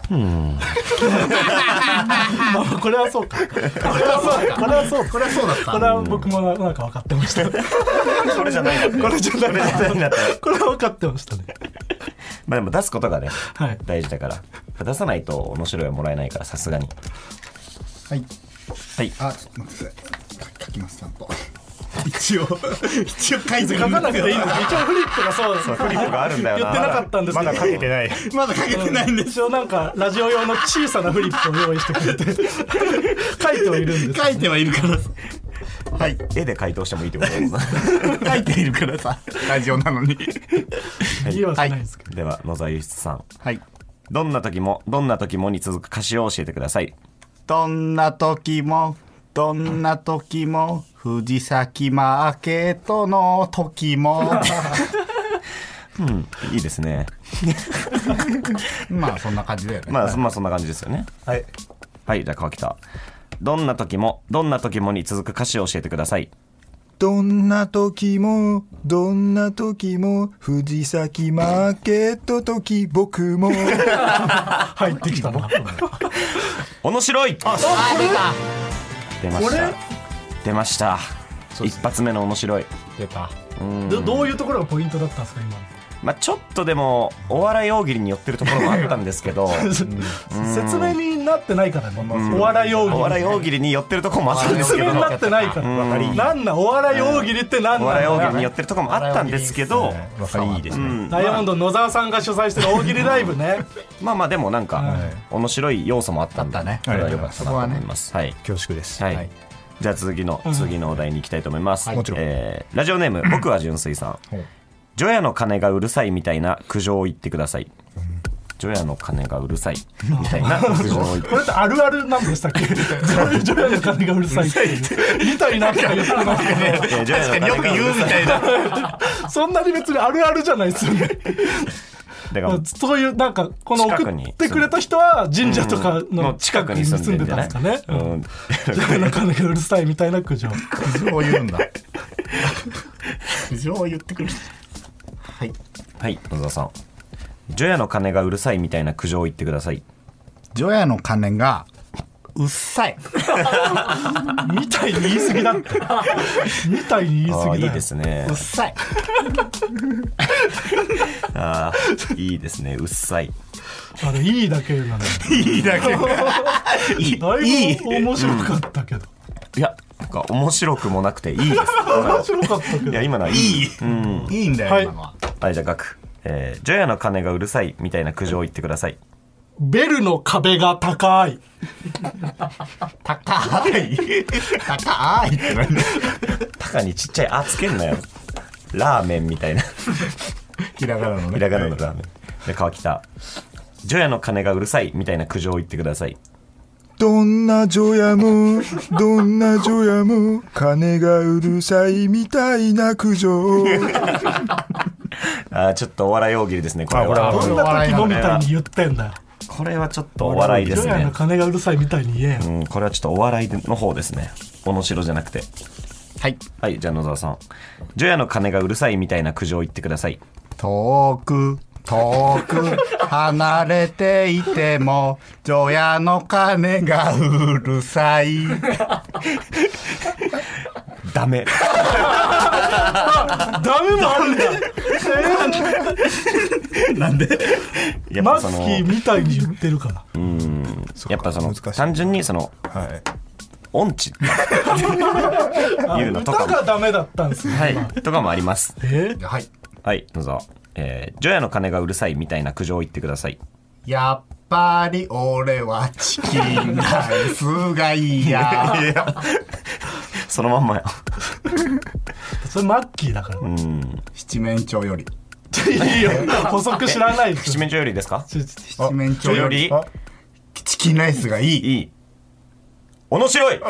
Speaker 3: (laughs) まあこれはそうかこれはそうかこれはそうか
Speaker 5: これはそうだった
Speaker 3: これは僕もななんか分かってました
Speaker 4: これじゃないな。これじゃないな。 (laughs)
Speaker 3: これは分かってましたね
Speaker 4: まあでも出すことがね、
Speaker 3: はい
Speaker 4: 大事だから。出さないと面白いはもらえないから、さすがに。
Speaker 5: はい。
Speaker 4: はい。
Speaker 5: あ、ちょっと待ってください。書きます、ちゃんと。一応、一応書いて
Speaker 3: 書かなくていいんです一応フリップがそうです
Speaker 4: フリップがあるんだよな。
Speaker 3: 言ってなかったんですけど
Speaker 4: まだかけてない。
Speaker 5: まだ書けてないんです。
Speaker 3: 一応なんかラジオ用の小さなフリップを用意してくれて書いてはいるんです
Speaker 5: 書いてはいるからさ。はい。
Speaker 4: 絵で回答してもいいって (laughs) ことだもんな
Speaker 5: (laughs) 書いているからさ。ラジオなのに。
Speaker 3: 言いはしないですけ
Speaker 4: では、野沢祐出さん。
Speaker 5: はい。
Speaker 4: どんな時も、どんな時もに続く歌詞を教えてください。
Speaker 5: どんな時も、どんな時も、藤崎マーケットの時 (laughs) も。
Speaker 4: いいですね。
Speaker 5: まあ、そんな感じだよね。
Speaker 4: まあ、そまあ、そんな感じですよね。
Speaker 2: はい
Speaker 4: はい、じゃあ、川北。どんな時も、どんな時もに続く歌詞を教えてください。
Speaker 2: どんな時もどんな時も藤崎マーケット時僕も
Speaker 3: ど入ってきたな
Speaker 4: 面白いあ、出ました。出ました。一発目の面白い。
Speaker 5: 出た。
Speaker 3: どどういうところがポイントだったんですか今
Speaker 4: まあ、ちょっとでも、お笑い大喜利に寄ってるところもあったんです (laughs) けど、
Speaker 3: 説明になってないからね、お笑い大喜利
Speaker 4: お笑い大喜利に寄ってるところもあったんです
Speaker 3: 説
Speaker 4: け
Speaker 3: 明
Speaker 4: ど
Speaker 3: に、なってないから、なんなんお笑い大喜利ってなんな
Speaker 4: お
Speaker 3: ん
Speaker 4: 笑い
Speaker 3: だ
Speaker 4: 大喜利に寄ってるところもあったんですけど、
Speaker 5: わかりいいで
Speaker 4: う
Speaker 5: すね。
Speaker 4: ん
Speaker 3: ダイヤモンド野沢さんが主催してる大喜利ライブね
Speaker 4: まあまあでもなんか面白い要素もあったんで、
Speaker 5: あったね
Speaker 4: それは良かったなと思います。はい、
Speaker 2: 恐縮です
Speaker 4: はい
Speaker 5: はい
Speaker 4: じゃあ続きの次のお題に行きたいと思います。
Speaker 2: もちろん
Speaker 4: えーラジオネーム僕は純粋さん。除夜の鐘がうるさいみたいな苦情を言ってください。除夜の鐘がうるさいみたいな苦情を言って。
Speaker 3: これってあるあるなんでしたっ (laughs) けジョヤの金がうるさいっていうみたいなとか言ってなかったけ
Speaker 4: えー除夜の鐘がうるさい
Speaker 5: たいな。
Speaker 3: どそんなに別にあるあるじゃないですよね
Speaker 4: だから
Speaker 3: そういうなんかこの送
Speaker 4: 近くに
Speaker 3: ってくれた人は神社とか
Speaker 4: の
Speaker 3: の
Speaker 4: 近
Speaker 3: 近
Speaker 4: く
Speaker 3: く
Speaker 4: に
Speaker 3: に
Speaker 4: 住んで
Speaker 3: 住ん
Speaker 4: ん
Speaker 3: で
Speaker 4: じ
Speaker 3: た
Speaker 4: ゃ
Speaker 3: ん
Speaker 4: な
Speaker 3: で
Speaker 4: い
Speaker 3: すかねう
Speaker 4: う
Speaker 3: ん
Speaker 4: ん
Speaker 3: ジョヤの金がうるさいみたいな苦情
Speaker 5: 苦情を言うんだ。苦情を言ってくる。はい。
Speaker 4: はい野沢さん。除夜の鐘がうるさいみたいな苦情を言ってください。
Speaker 5: 除夜の鐘が、うっさい。
Speaker 3: みたいに言い過ぎだってみたいに言い過
Speaker 4: あ
Speaker 3: ぎだ
Speaker 4: あいい
Speaker 3: よ
Speaker 4: ですね
Speaker 5: うっ。さい。
Speaker 4: ああいいですね。うっさい。
Speaker 3: あれいいだけなの
Speaker 5: いいだ (laughs) け。
Speaker 4: いい
Speaker 3: だいぶ面白かったけど
Speaker 4: いや、なんか面白くもなくていい
Speaker 3: (laughs)
Speaker 4: です。
Speaker 3: 面白かったけ
Speaker 4: い
Speaker 3: ど
Speaker 4: や、今のはいい。
Speaker 5: いい。いいんだよ、
Speaker 3: はい
Speaker 5: 今のは。
Speaker 4: はい、じゃあ、ガク。えー、除夜の鐘がうるさいみたいな苦情を言ってください。
Speaker 3: ベルの壁が高い
Speaker 5: 高い。高いって何
Speaker 4: タカにちっちゃいあつけんなよ。ラーメンみ
Speaker 2: (laughs)
Speaker 4: たいな。
Speaker 5: ひらがなの
Speaker 4: ひ
Speaker 5: ね。
Speaker 4: らがなのラーメン。で、川北。除夜の鐘がうるさいみたいな苦情を言ってください。
Speaker 2: どんな除夜もどんな除夜も金がうるさいみたいな苦情
Speaker 4: (laughs) あーちょっとお笑い大喜利ですね、これ
Speaker 5: あ
Speaker 4: は。
Speaker 5: ほら
Speaker 3: どんな時のみたいに言ってんだよ
Speaker 4: これはちょっとお笑いです
Speaker 3: ジョヤの
Speaker 4: ね。
Speaker 3: 金がうるさいみたいに言えよ
Speaker 4: うん、これはちょっとお笑いの方ですね。おのしろじゃなくて。
Speaker 5: はい。
Speaker 4: はい、じゃあ野沢さん。除夜の鐘がうるさいみたいな苦情を言ってください。
Speaker 5: 遠く、遠く、離れていても、除夜の鐘がうるさい。
Speaker 4: ダ
Speaker 3: (laughs)
Speaker 4: メ。
Speaker 3: ダメもあるんだ
Speaker 4: やっ
Speaker 3: マ
Speaker 4: ぱ
Speaker 3: ス
Speaker 4: そ
Speaker 3: キ
Speaker 4: の
Speaker 3: ーみたいに言ってるから
Speaker 4: やっぱその
Speaker 2: 難しい
Speaker 4: 単純にその
Speaker 2: はい
Speaker 4: 音
Speaker 2: (laughs)
Speaker 4: 痴っていうのと
Speaker 3: 歌
Speaker 4: かも
Speaker 3: がダメだったんですよ
Speaker 4: はいとかもあります
Speaker 3: え
Speaker 5: はい。
Speaker 4: はいどうぞえー、除夜の鐘がうるさいみたいな苦情を言ってください
Speaker 5: やっぱり俺はチキンライスがいいや。
Speaker 4: そのまんまや
Speaker 3: それマッキーだから
Speaker 5: 七面鳥より。
Speaker 3: いいよ補足知らないで
Speaker 4: 七
Speaker 3: しょ
Speaker 4: 面鳥よりですか
Speaker 5: 七面鳥より。
Speaker 4: 鳥よ
Speaker 5: チキンライスがいい。
Speaker 4: いい面白い
Speaker 3: こ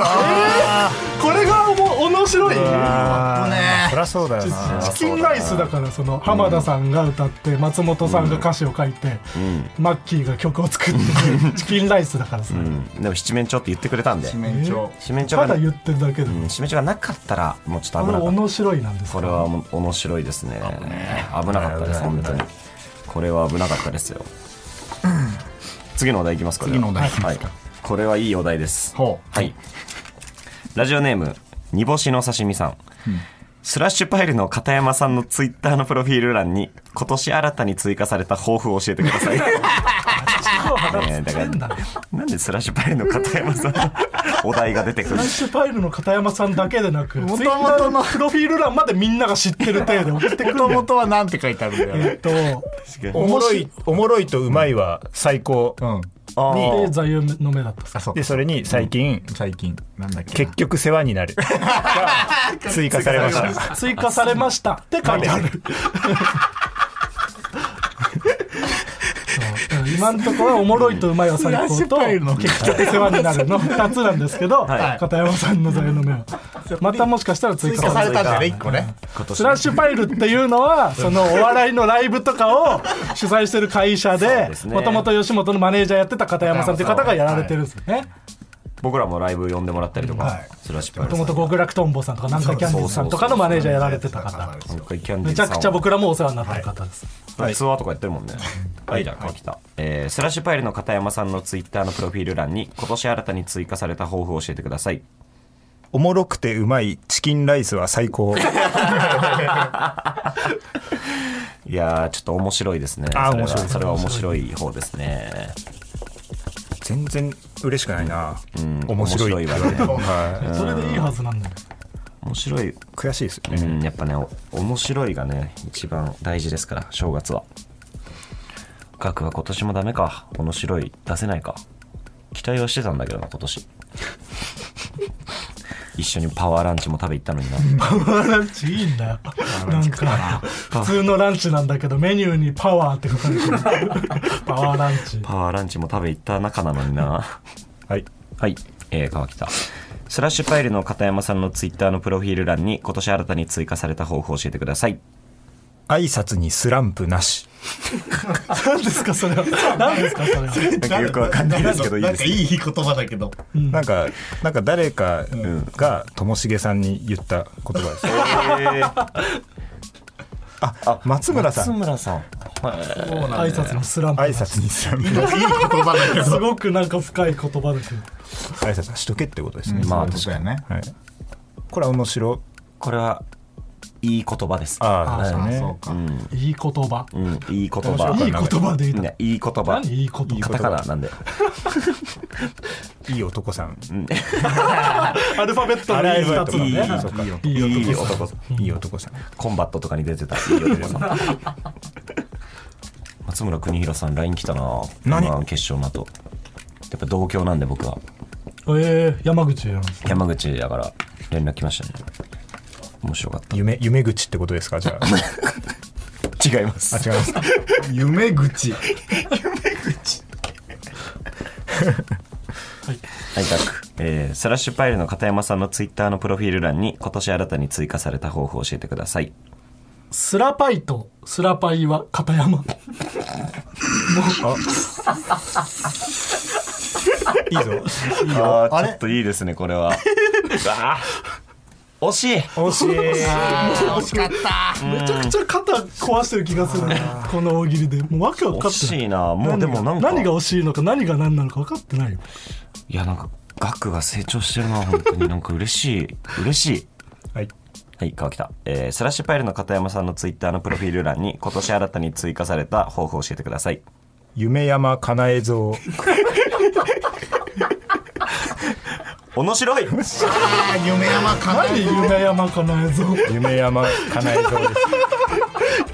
Speaker 3: れがおも面白い
Speaker 2: あー
Speaker 5: ね
Speaker 2: そりゃそうだ
Speaker 4: (laughs)
Speaker 2: よな
Speaker 3: チキンライスだからその浜田さんが歌って松本さんが歌詞を書いて、マッキーが曲を作っててチキンライスだからさ、
Speaker 4: うんでも七面鳥って言ってくれたんで
Speaker 5: 七面鳥
Speaker 4: 七面鳥
Speaker 3: た
Speaker 4: が
Speaker 3: だ
Speaker 4: うん
Speaker 3: 言ってるだけで、
Speaker 4: 七面鳥がなかったらもうちょっと
Speaker 3: これ
Speaker 4: 危なかった
Speaker 3: 面白いなんです
Speaker 4: これ
Speaker 3: か
Speaker 4: はもう面白いですね危なかったです本当にこれは危なかったですよ次のお題いきますか
Speaker 5: 次のお題いきま
Speaker 4: はいこれはいいお題です
Speaker 5: ほう
Speaker 4: はいラジオネーム煮干しの刺身さんスラッシュパイルの片山さんのツイッターのプロフィール欄に今年新たに追加された抱負を教えてくださいねえだからなんでスラッシュパイルの片山さんの (laughs) お題が出てくる
Speaker 3: フラッシュパイルの片山さんだけでなく
Speaker 5: 元
Speaker 3: ツイ
Speaker 5: 々
Speaker 3: ッ
Speaker 5: の
Speaker 3: ターのプロフィール欄までみんなが知ってる体で送ってくる
Speaker 5: もともとはなんて書いてあるんだよ
Speaker 3: えっ
Speaker 5: ね
Speaker 3: と
Speaker 2: (laughs) おもろいおもろいとうまいは最高、
Speaker 5: うん
Speaker 4: あー
Speaker 3: で座右の目だった
Speaker 5: あそう
Speaker 2: でそれに最近
Speaker 5: 最近なんだっけ
Speaker 2: 結局世話にな
Speaker 5: (laughs)
Speaker 2: るが追加されました
Speaker 3: 追加されましたって書いてある。そううん今のところはおもろいとうまいは最
Speaker 5: スラッシ
Speaker 3: 高
Speaker 5: ュパイルの
Speaker 3: と結局世話になるの2つなんですけど、片山さんの座右の目はまたもしかしたら追
Speaker 5: 追
Speaker 3: 加
Speaker 5: 加
Speaker 3: さ
Speaker 5: さ
Speaker 3: れ
Speaker 5: れ
Speaker 3: る
Speaker 5: たんだよね一個ね
Speaker 4: 今
Speaker 3: スラッ
Speaker 4: 年
Speaker 3: シュパイルっていうのはそのお笑いのライブとかを (laughs) 主催してる会社で
Speaker 4: ですね
Speaker 3: もともと吉本のマネージャーやってた片山さんっていう方がやられてるんですよね
Speaker 4: 僕らもライブ呼んでもらったりとか、スラッシュパ
Speaker 3: も
Speaker 4: イル
Speaker 3: と
Speaker 4: さ
Speaker 3: も
Speaker 4: ん
Speaker 3: と極楽とんぼさんとか南海キャンディーズさんとかのマネージャーやられてた方
Speaker 4: 南海キャンディ
Speaker 3: め
Speaker 4: ー
Speaker 3: ちゃ
Speaker 4: ズさん
Speaker 3: く
Speaker 4: は
Speaker 3: ちゃ僕らもお世話になってる方です
Speaker 4: ツアーとかやってるもんね。はい、じゃあ、来た。えースラッシュパイルの片山さんのツイッターのプロフィール欄に、今年新たに追加された抱負を教えてください。
Speaker 2: おもろくてうまいチキンライスは最高
Speaker 4: いやー、ちょっと面白いですね。
Speaker 2: あー
Speaker 4: それは
Speaker 2: 面白い
Speaker 4: それは面白い方ですね。
Speaker 2: 全然嬉しくないな、
Speaker 4: ん
Speaker 2: 面白いって言われても、
Speaker 5: 面
Speaker 2: は
Speaker 3: それでいいはずなんだよ
Speaker 4: 面白い。
Speaker 2: い、悔しいですよ
Speaker 4: う
Speaker 2: ね、
Speaker 4: ん、やっぱね、お面白いがね、一番大事ですから、正月は。額は今年もダメか。面白い。出せないか。期待はしてたんだけどな、今 (laughs) 年。一緒にパワーランチも食べ行ったのにな。
Speaker 3: パワーランチいいんだよなんか普通のランチなんだけどメニューにパワーって書か
Speaker 4: (laughs)
Speaker 3: れてるパワーランチ
Speaker 4: パワーランチも食べ行った中なのにな。
Speaker 2: はい
Speaker 4: はい、えー、川北。スラッシュパイルの片山さんのツイッターのプロフィール欄に今年新たに追加された方法を教えてください。
Speaker 2: 挨拶にスランプなし
Speaker 3: 何ですかそれは何ですかそれは
Speaker 4: なんかよくわかんないですけど、いい
Speaker 5: なん
Speaker 4: で
Speaker 5: か
Speaker 4: す
Speaker 5: い
Speaker 4: ね。
Speaker 5: い言葉だけど
Speaker 2: なんかなんか誰かがともしげさんに言った言葉です
Speaker 4: えー
Speaker 2: あ松村さ
Speaker 4: 松
Speaker 2: ん
Speaker 4: 村さん。
Speaker 3: 挨拶のスランプ
Speaker 2: 挨拶にスランプなし
Speaker 5: いい言葉だけど
Speaker 3: すごくなんか深い言葉だけど
Speaker 2: 挨拶はしとけってことですね、
Speaker 4: まあ、
Speaker 5: そうだよね
Speaker 2: はい、これは面白
Speaker 4: これはいい言葉です。
Speaker 2: ああそう
Speaker 5: あ
Speaker 2: です
Speaker 5: そう
Speaker 2: ね
Speaker 5: か
Speaker 3: いい言葉
Speaker 4: うん、いい言葉。
Speaker 3: いい言葉でいいの
Speaker 4: ね、いい言葉。
Speaker 3: 何いい言葉
Speaker 4: カタカナなんで。
Speaker 2: いい男さん
Speaker 3: アルファベットのいい2つ
Speaker 4: いい
Speaker 3: だ
Speaker 4: そ
Speaker 3: ね
Speaker 4: うか
Speaker 2: い
Speaker 3: いい
Speaker 4: いい
Speaker 3: 男
Speaker 4: 男さん。
Speaker 2: いい男さん
Speaker 4: コンバットとかに出てた。いい男さん。松村邦弘さん、LINE 来たな
Speaker 2: 何
Speaker 4: 今の決勝の後。やっぱ同郷なんで僕は。
Speaker 3: えー山口やん
Speaker 4: 山口だから連絡来ましたね面白かった
Speaker 2: 夢夢口ってことですかじゃあ
Speaker 4: 違います
Speaker 2: あ違います
Speaker 5: 夢口
Speaker 4: はいタック、えー、スラッシュパイルの片山さんのツイッターのプロフィール欄に今年新たに追加された抱負を教えてください
Speaker 3: スラパイとスラパイは片山
Speaker 2: いいぞ
Speaker 4: あ
Speaker 5: あ
Speaker 4: あ
Speaker 5: れ
Speaker 4: ちょっといいですねこれはうわー (laughs) 惜しい
Speaker 2: 惜しい
Speaker 5: 惜しかった
Speaker 3: めちゃくちゃ肩壊してる気がするねこの大喜利でもうわけわか
Speaker 4: 惜
Speaker 3: ってない
Speaker 4: しいなもうでもなんか
Speaker 3: 何が
Speaker 4: い
Speaker 3: 惜しいのか何が何なのか分かってないよ
Speaker 4: やなんか額が成長してるな本当になんか嬉しい嬉しい
Speaker 2: はい
Speaker 4: はい、川北。えー、スラッシュパイルの片山さんのツイッターのプロフィール欄に今年新たに追加された抱負を教えてください。
Speaker 2: 夢山かなえ像
Speaker 4: 面白い
Speaker 5: あー夢山かな
Speaker 3: 何夢山叶え像
Speaker 2: 夢山かなえ像 (laughs) です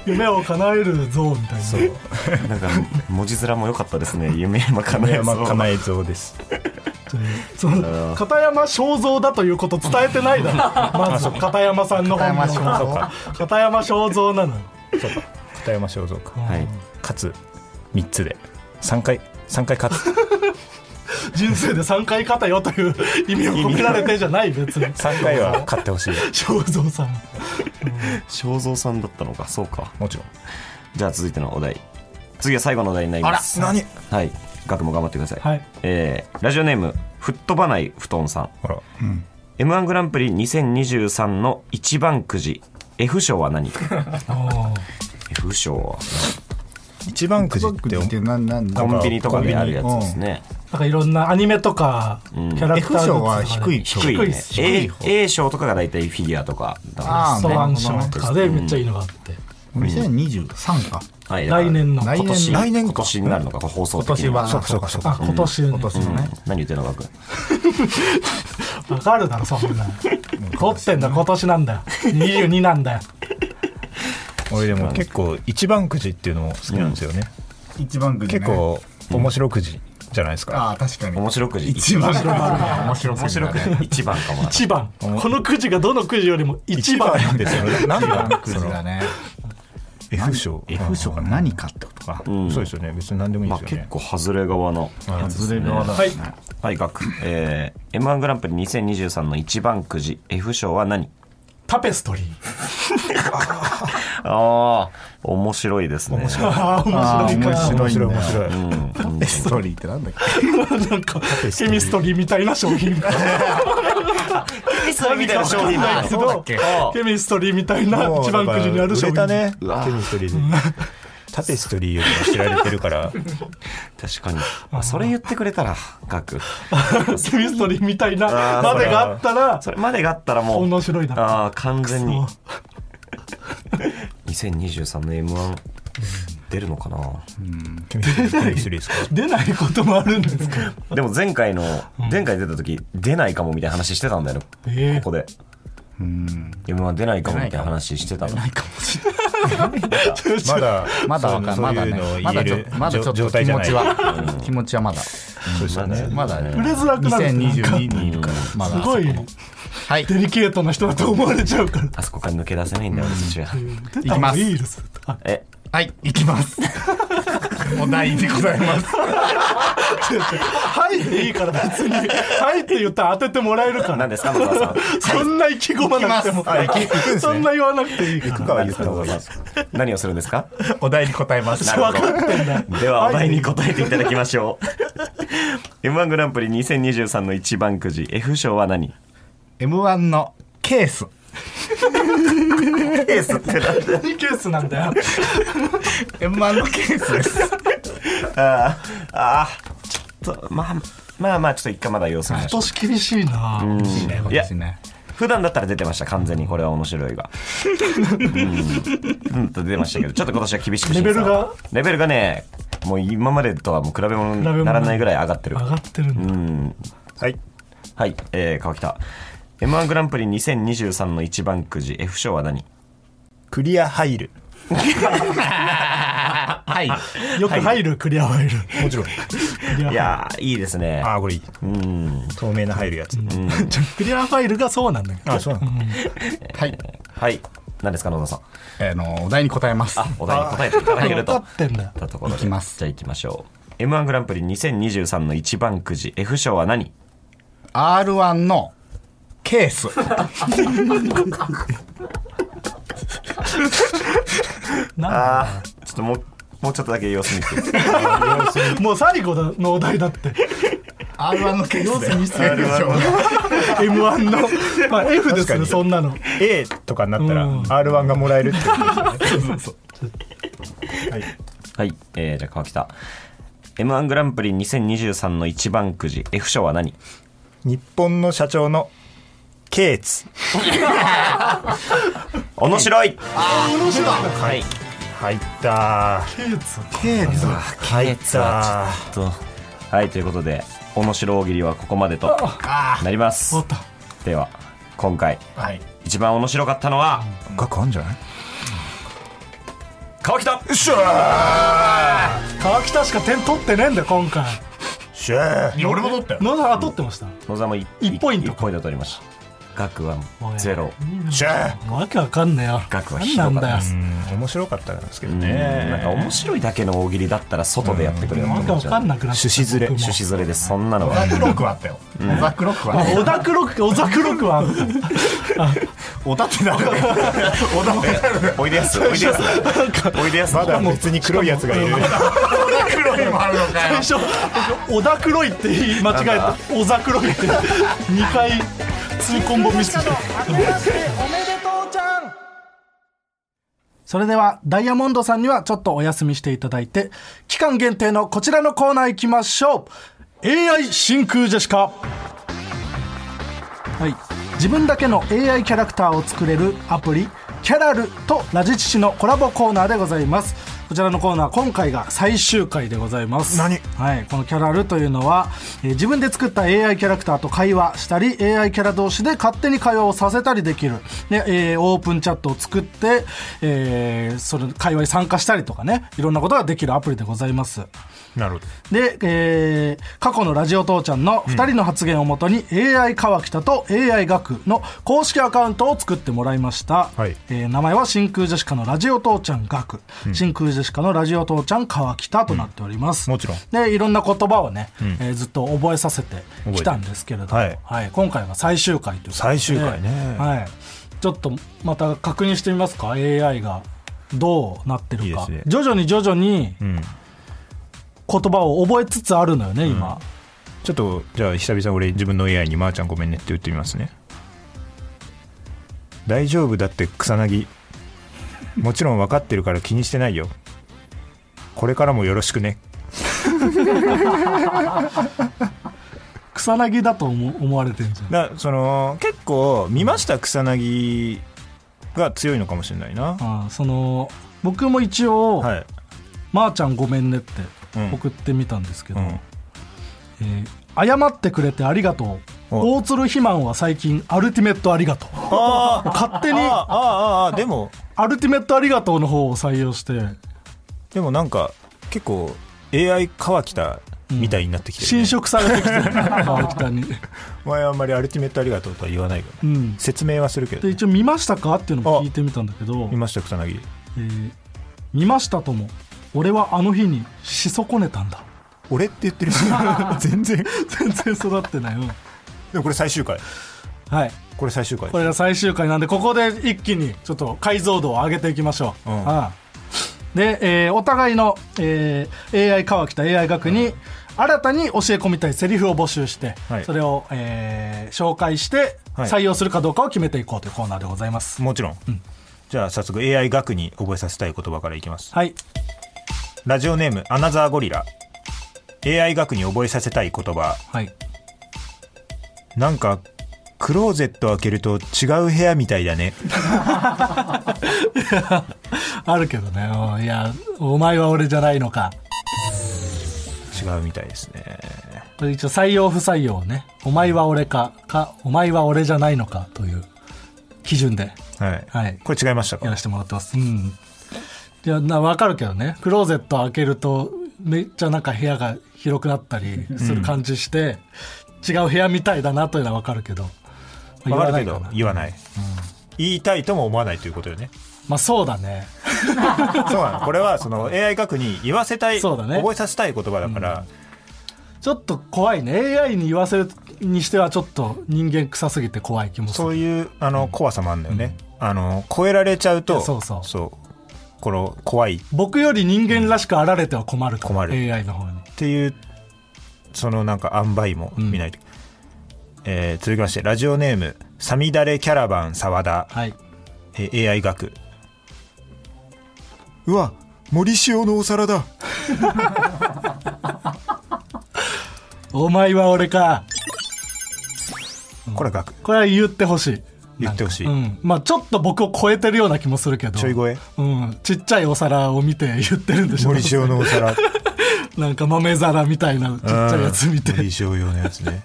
Speaker 3: 夢を叶える像みたいなそう
Speaker 4: なんか文字面も良かったですね。 (laughs) 夢山かな
Speaker 2: 夢
Speaker 4: え
Speaker 2: 山かな
Speaker 4: え。
Speaker 2: え像です
Speaker 3: その片山正蔵だということ伝えてないだろ
Speaker 5: (laughs)
Speaker 3: まず片山さんの本名
Speaker 5: 片山正
Speaker 3: が片山正蔵なのよ
Speaker 2: そうか片山正像か
Speaker 4: はい。
Speaker 2: 勝つ3つで3回3回勝つ
Speaker 3: 人生で3回勝たよという意味を込められてじゃない別に
Speaker 2: 3回 (laughs) は勝ってほしい
Speaker 3: 正蔵さん
Speaker 4: 正蔵さんだったのかそうか
Speaker 2: もちろん
Speaker 4: じゃあ続いてのお題次は最後のお題になります
Speaker 2: 何
Speaker 4: はい学も頑張ってください、
Speaker 3: はい
Speaker 4: えーラジオネーム吹っ飛ばない布団さん
Speaker 2: ほら
Speaker 4: m 1グランプリ2023の一番くじ F 賞は何 F 賞は
Speaker 2: 一番くじっ
Speaker 5: バック
Speaker 2: て
Speaker 5: って何何
Speaker 4: コンビニとかであるやつ
Speaker 5: うん
Speaker 4: ですね、
Speaker 3: なんかいろんなアニメとかキャラクタ
Speaker 5: F
Speaker 3: ー
Speaker 5: 賞は
Speaker 3: グッズとか
Speaker 5: 低
Speaker 3: で
Speaker 5: い賞
Speaker 4: 低いね
Speaker 3: 低
Speaker 4: A, A 賞とかが大体フィギュアとかだも
Speaker 5: あー
Speaker 4: ん
Speaker 3: ソ
Speaker 4: ね
Speaker 3: ワン賞とかでめっちゃいいのがあって
Speaker 5: 2023か
Speaker 4: はいだから
Speaker 3: 来年の
Speaker 5: 来
Speaker 4: 今年
Speaker 5: 来
Speaker 4: 今年になるのか放送
Speaker 5: 今
Speaker 4: 的に
Speaker 5: 年は
Speaker 2: そうかそうかそう
Speaker 3: あ
Speaker 2: か
Speaker 3: 今年
Speaker 5: 今年のね
Speaker 4: 何言ってんのかく
Speaker 3: わかるだろそんな取ってんだ今年なんだよ22なんだよ
Speaker 2: 俺でも結構一番くじっていうのも好きなんですよね
Speaker 5: 一番くじね
Speaker 2: 結構面白くじじゃないですか
Speaker 5: ああ確かに
Speaker 4: 面白くじ
Speaker 5: 一番面白く
Speaker 4: 面白くじ一番かもな
Speaker 3: 1番このくじがどのくじよりも1番
Speaker 2: なんですよね何
Speaker 5: 一
Speaker 2: だ
Speaker 5: 番く
Speaker 2: そ
Speaker 5: じ
Speaker 2: の
Speaker 5: だね
Speaker 2: F 賞
Speaker 5: F 賞が何かってことか
Speaker 2: うんそうですよね別に何でもいい
Speaker 4: まあ
Speaker 2: ですよね
Speaker 4: 結構外れ側のやつです
Speaker 5: 外れ
Speaker 4: ね
Speaker 5: 側だ
Speaker 3: はい
Speaker 4: はい学えー M1 グランプリ2023の一番くじ F 賞は何
Speaker 3: タペストリー
Speaker 4: ああ面白いですね面白い
Speaker 3: ああ
Speaker 5: あー
Speaker 3: 面白
Speaker 2: 面白い
Speaker 3: いか
Speaker 2: 面
Speaker 5: い
Speaker 2: 白い
Speaker 5: ストーリーってなんだっけ
Speaker 3: なんかケミストリーみたいな商品
Speaker 4: みたいな商品だ
Speaker 3: そうだっけケミストリーみたいな一番くじにある商
Speaker 2: 売れ
Speaker 3: 品
Speaker 2: たねケミストリー
Speaker 3: (laughs)
Speaker 2: でタペストリーよりも知られてるから
Speaker 4: 確かにあそれ言ってくれたら学
Speaker 3: ケミストリーみたいなまでがあったら
Speaker 4: それまでがあったらもう
Speaker 3: 面白いだろ
Speaker 4: ああ完全に
Speaker 3: そ
Speaker 4: 2023の m 1出るのかな
Speaker 2: ケミストリーケミストリーですか
Speaker 3: う出 (laughs) ないこともあるんですか
Speaker 4: でも前回の前回出た時出ないかもみたいな話してたんだよ
Speaker 3: ええ
Speaker 4: ここで m 1出ないかもみたいな話してたの
Speaker 2: まだ
Speaker 5: まだわかん
Speaker 2: そう
Speaker 5: まだ
Speaker 2: いう
Speaker 5: ね
Speaker 2: のを
Speaker 5: ま
Speaker 2: 言え
Speaker 5: だちょ
Speaker 2: る
Speaker 5: っとまだちょ
Speaker 2: 状
Speaker 5: っと気
Speaker 2: 態じゃ
Speaker 5: 持
Speaker 2: な
Speaker 5: ち
Speaker 2: い
Speaker 5: は気持ちはまだ
Speaker 2: そうですよね
Speaker 5: まだ
Speaker 3: 触れづらくなるってなんか
Speaker 5: 2022にいるからまだ
Speaker 3: すごい
Speaker 5: はい
Speaker 3: デリケートな人だと思われちゃうから
Speaker 4: あそこから抜け出せないんだよ私は
Speaker 3: 出
Speaker 5: き
Speaker 3: た
Speaker 5: ま
Speaker 3: も
Speaker 5: す
Speaker 3: いいですあ
Speaker 4: え
Speaker 5: はい行きますお題にございます
Speaker 3: はいでいいから別にはいって言ったら当ててもらえるから
Speaker 4: 何ですか野沢さん
Speaker 3: そんな意気込まなくても、そんな言わなくていいから。
Speaker 2: 言った方がいい
Speaker 4: 何をするんですか
Speaker 5: お題に答えます
Speaker 4: なるほど
Speaker 3: ってんだ
Speaker 4: ではお題に答えていただきましょう M1 グランプリ2023の一番くじ F 賞は何
Speaker 5: M1 のケース
Speaker 4: エースってなんだ
Speaker 3: 何ケースなんだよ。
Speaker 5: M1 のケースです
Speaker 4: あーあーちょっとまあまあまあちょっと一回まだ様子見ましょ
Speaker 3: 年厳しいな。
Speaker 4: いや
Speaker 5: 私ね
Speaker 4: う普段だったら出てました完全にこれは面白いがうんうんと出てましたけどちょっと今年は厳しく審査
Speaker 3: レベルが
Speaker 4: レベルがねもう今までとはもう比べ物にならないぐらい上がってる
Speaker 3: 上がってるんだ。
Speaker 4: うん
Speaker 2: はい
Speaker 4: はい、えー、川北 m 1グランプリ2023の一番くじ F 賞は何
Speaker 2: クリア入る
Speaker 5: はい
Speaker 3: よく入る、クリア入る。
Speaker 2: もちろん
Speaker 3: クリア
Speaker 4: いやーいいですね
Speaker 2: ああこれいい
Speaker 4: うん
Speaker 2: 透明な入るやつ
Speaker 3: クリアファイルがそうなんだけど。
Speaker 2: あそうなの
Speaker 5: はい
Speaker 4: はい何ですか野田さん
Speaker 5: あのお題に答えます
Speaker 4: あお題に答えていただけると
Speaker 3: (laughs) 分かってんだよ。
Speaker 4: たところで
Speaker 5: いきます
Speaker 4: じゃあ行きましょう m 1グランプリ2023の一番くじ F 賞は何
Speaker 5: R1 のケース
Speaker 3: な
Speaker 4: あーちょっともうもうちょっとだけ様子見て
Speaker 3: もう最後のお題だって。
Speaker 5: R1 のケースで
Speaker 3: 要する M1 の、まあ F ですね、そんなの。
Speaker 2: A とかになったら
Speaker 3: うん
Speaker 2: R1 がもらえるってことですよね
Speaker 4: はい、えー、じゃあ川北 m 1グランプリ2023の一番くじ F 賞は何
Speaker 2: 日本の社長のケーツ
Speaker 4: 面白いはい
Speaker 2: 入った
Speaker 3: ケーツ。
Speaker 5: ケース
Speaker 2: 入った
Speaker 4: とはいということで面白大喜利はここまでとなります
Speaker 3: おった。
Speaker 4: では今回
Speaker 5: はい
Speaker 4: 一番面白かったのは
Speaker 2: 額あんじゃない
Speaker 4: 川北
Speaker 3: 川北しか点取ってねえんだよ、今回。
Speaker 2: シェー
Speaker 5: 俺も取ったよ
Speaker 3: 野田は取ってました。
Speaker 4: 野沢もい
Speaker 3: 一ポイント
Speaker 4: 一ポイント取りまし額はゼロ
Speaker 2: じゃあ
Speaker 3: わけわかんねえよ
Speaker 4: 額は
Speaker 3: 何
Speaker 4: ひど
Speaker 3: な
Speaker 4: かっ
Speaker 3: ん
Speaker 4: た
Speaker 3: だよ
Speaker 2: うん面白かったんですけど
Speaker 4: うんなんか
Speaker 2: ね
Speaker 4: 面白いだけの大喜利だったら外でやってくれよと
Speaker 3: わけ
Speaker 4: 思っ
Speaker 3: わ
Speaker 4: ちゃ
Speaker 3: か
Speaker 4: うん
Speaker 3: なくなって
Speaker 2: 趣旨ずれ
Speaker 3: 僕も
Speaker 4: 趣旨ずれでそんなの
Speaker 5: 小
Speaker 4: は
Speaker 5: 田クロックはあったよ小田クロックはあったよ
Speaker 3: 小田クロック小田クロックはあった
Speaker 5: 小田って誰だよ小田って誰だよ
Speaker 4: おいでやすおいでやすおいでやす
Speaker 2: まだ別に黒いやつがいる
Speaker 5: 小田クロックもあるのか
Speaker 3: 最初
Speaker 5: よ
Speaker 3: 小田黒いって言い間違えた小田黒いって2回痛恨本ミスしてそれではダイヤモンドさんにはちょっとお休みしていただいて期間限定のこちらのコーナー行きましょう AI 真空ジェシカはい、自分だけの AI キャラクターを作れるアプリキャラルとラジチシのコラボコーナーでございますこちらのコーナー今回が最終回でございます
Speaker 2: 何
Speaker 3: はい、このキャラルというのは、えー自分で作った AI キャラクターと会話したり AI キャラ同士で勝手に会話をさせたりできるで、えーオープンチャットを作って、えーその会話に参加したりとかねいろんなことができるアプリでございます
Speaker 2: なるほど
Speaker 3: で、えー過去のラジオ父ちゃんの2人の発言をもとに、AI 川北と AI 学の公式アカウントを作ってもらいました、
Speaker 2: はい
Speaker 3: えー名前は真空ジェシカのラジオ父ちゃん学、真空ジェシカのラジオ父ちゃん川北となっております、
Speaker 2: うんもちろん
Speaker 3: でいろんな言葉をね、えーずっと覚えさせてきたんですけれども、
Speaker 2: 覚
Speaker 3: は
Speaker 2: え
Speaker 3: い
Speaker 2: て
Speaker 3: 今回が最終回ということで
Speaker 2: 最終回ね
Speaker 3: はい、ちょっとまた確認してみますか AI がどうなってるか
Speaker 2: いいですね
Speaker 3: 徐々に徐々に
Speaker 2: うん
Speaker 3: 言葉を覚えつつあるのよね今、
Speaker 2: ちょっとじゃあ久々俺自分の AI に「まーちゃんごめんね」って言ってみますね大丈夫だって草薙もちろん分かってるから気にしてないよこれからもよろしくね
Speaker 3: 草薙だと思思われてるんじゃん
Speaker 2: だその結構見ました草薙が強いのかもしれないな、
Speaker 3: ああその僕も一応「
Speaker 2: はい、
Speaker 3: まー、ちゃんごめんね」って
Speaker 2: うん
Speaker 3: 送ってみたんですけ
Speaker 2: う
Speaker 3: ど、
Speaker 2: ん、
Speaker 3: えー謝ってくれてありがとう」
Speaker 2: お
Speaker 3: 大鶴肥満は最近「アルティメットありがとう」
Speaker 2: あー
Speaker 3: 勝手に
Speaker 2: あーあーあーでも
Speaker 3: 「アルティメットありがとう」の方を採用して
Speaker 2: でもなんか結構 AI 川北みたいになってきてる、ね
Speaker 3: 侵食されてき
Speaker 2: (laughs)
Speaker 3: てる川北に
Speaker 2: お前あんまり「アルティメットありがとう」とは言わないから、
Speaker 3: うん
Speaker 2: 説明はするけど、
Speaker 3: で
Speaker 2: ね、
Speaker 3: 一応見ましたかっていうのも聞いてみたんだけど
Speaker 2: 見ました草薙
Speaker 3: えー見ましたとも俺はあの日にし損ねたんだ
Speaker 2: 俺って言って (laughs) る全然
Speaker 3: (laughs) 全然育ってないよ
Speaker 2: でもこれ最終回
Speaker 3: はい
Speaker 2: これ最終回
Speaker 3: これが最終回なんでここで一気にちょっと解像度を上げていきましょう、
Speaker 2: うん
Speaker 3: ああで、えーお互いの、えー AI 川北 AI 学に新たに教え込みたいセリフを募集して、
Speaker 2: はい
Speaker 3: それを、えー紹介して
Speaker 2: はい
Speaker 3: 採用するかどうかを決めていこうというコーナーでございます、
Speaker 2: もちろん、じゃあ早速 AI 学に覚えさせたい言葉からいきます
Speaker 3: はい
Speaker 2: ラジオネームアナザーゴリラ AI 学に覚えさせたい言葉
Speaker 3: はい
Speaker 2: なんかクローゼット開けると違う部屋みたいだね
Speaker 3: (laughs) あるけどねうんいやお前は俺じゃないのか
Speaker 2: 違うみたいですね
Speaker 3: これ一応採用不採用をねお前は俺かかお前は俺じゃないのかという基準で
Speaker 2: はい、
Speaker 3: はい
Speaker 2: これ違いましたか
Speaker 3: やらせてもらってますうんいやな分かるけどねクローゼット開けるとめっちゃなんか部屋が広くなったりする感じして、違う部屋みたいだなというのは分かるけど、まあ
Speaker 2: 分かるけ
Speaker 3: 言
Speaker 2: ど
Speaker 3: わないかな
Speaker 2: 言わない、言いたいとも思わないということよね
Speaker 3: まあそうだね
Speaker 2: そうなのこれはその AI 学に言わせたい、
Speaker 3: そうだね
Speaker 2: 覚えさせたい言葉だから、
Speaker 3: ちょっと怖いね AI に言わせるにしてはちょっと人間臭すぎて怖い気もする
Speaker 2: そういうあの怖さもあるんだよね、あの超えられちゃう
Speaker 3: い
Speaker 2: と
Speaker 3: やそうそう
Speaker 2: この怖いっ
Speaker 3: 僕より人間らしくあられては困ると
Speaker 2: 困る
Speaker 3: AI の方に
Speaker 2: ていうそのなんか塩梅も見ないと、えー続きましてラジオネーム「さみだれキャラバン沢田」
Speaker 3: はい
Speaker 2: えー AI 学うわ森塩のお皿だ
Speaker 3: お前は俺か
Speaker 2: これ学
Speaker 3: これは言ってほしい
Speaker 2: 言ってほしい、
Speaker 3: うん、まあちょっと僕を超えてるような気もするけど
Speaker 2: ちょい声
Speaker 3: うん、ちっちゃいお皿を見て言ってるんでしょ
Speaker 2: 森塩のお皿ちっ
Speaker 3: (laughs) なんか豆皿みたいなちっちゃいやつ見て
Speaker 2: 森塩用のやつね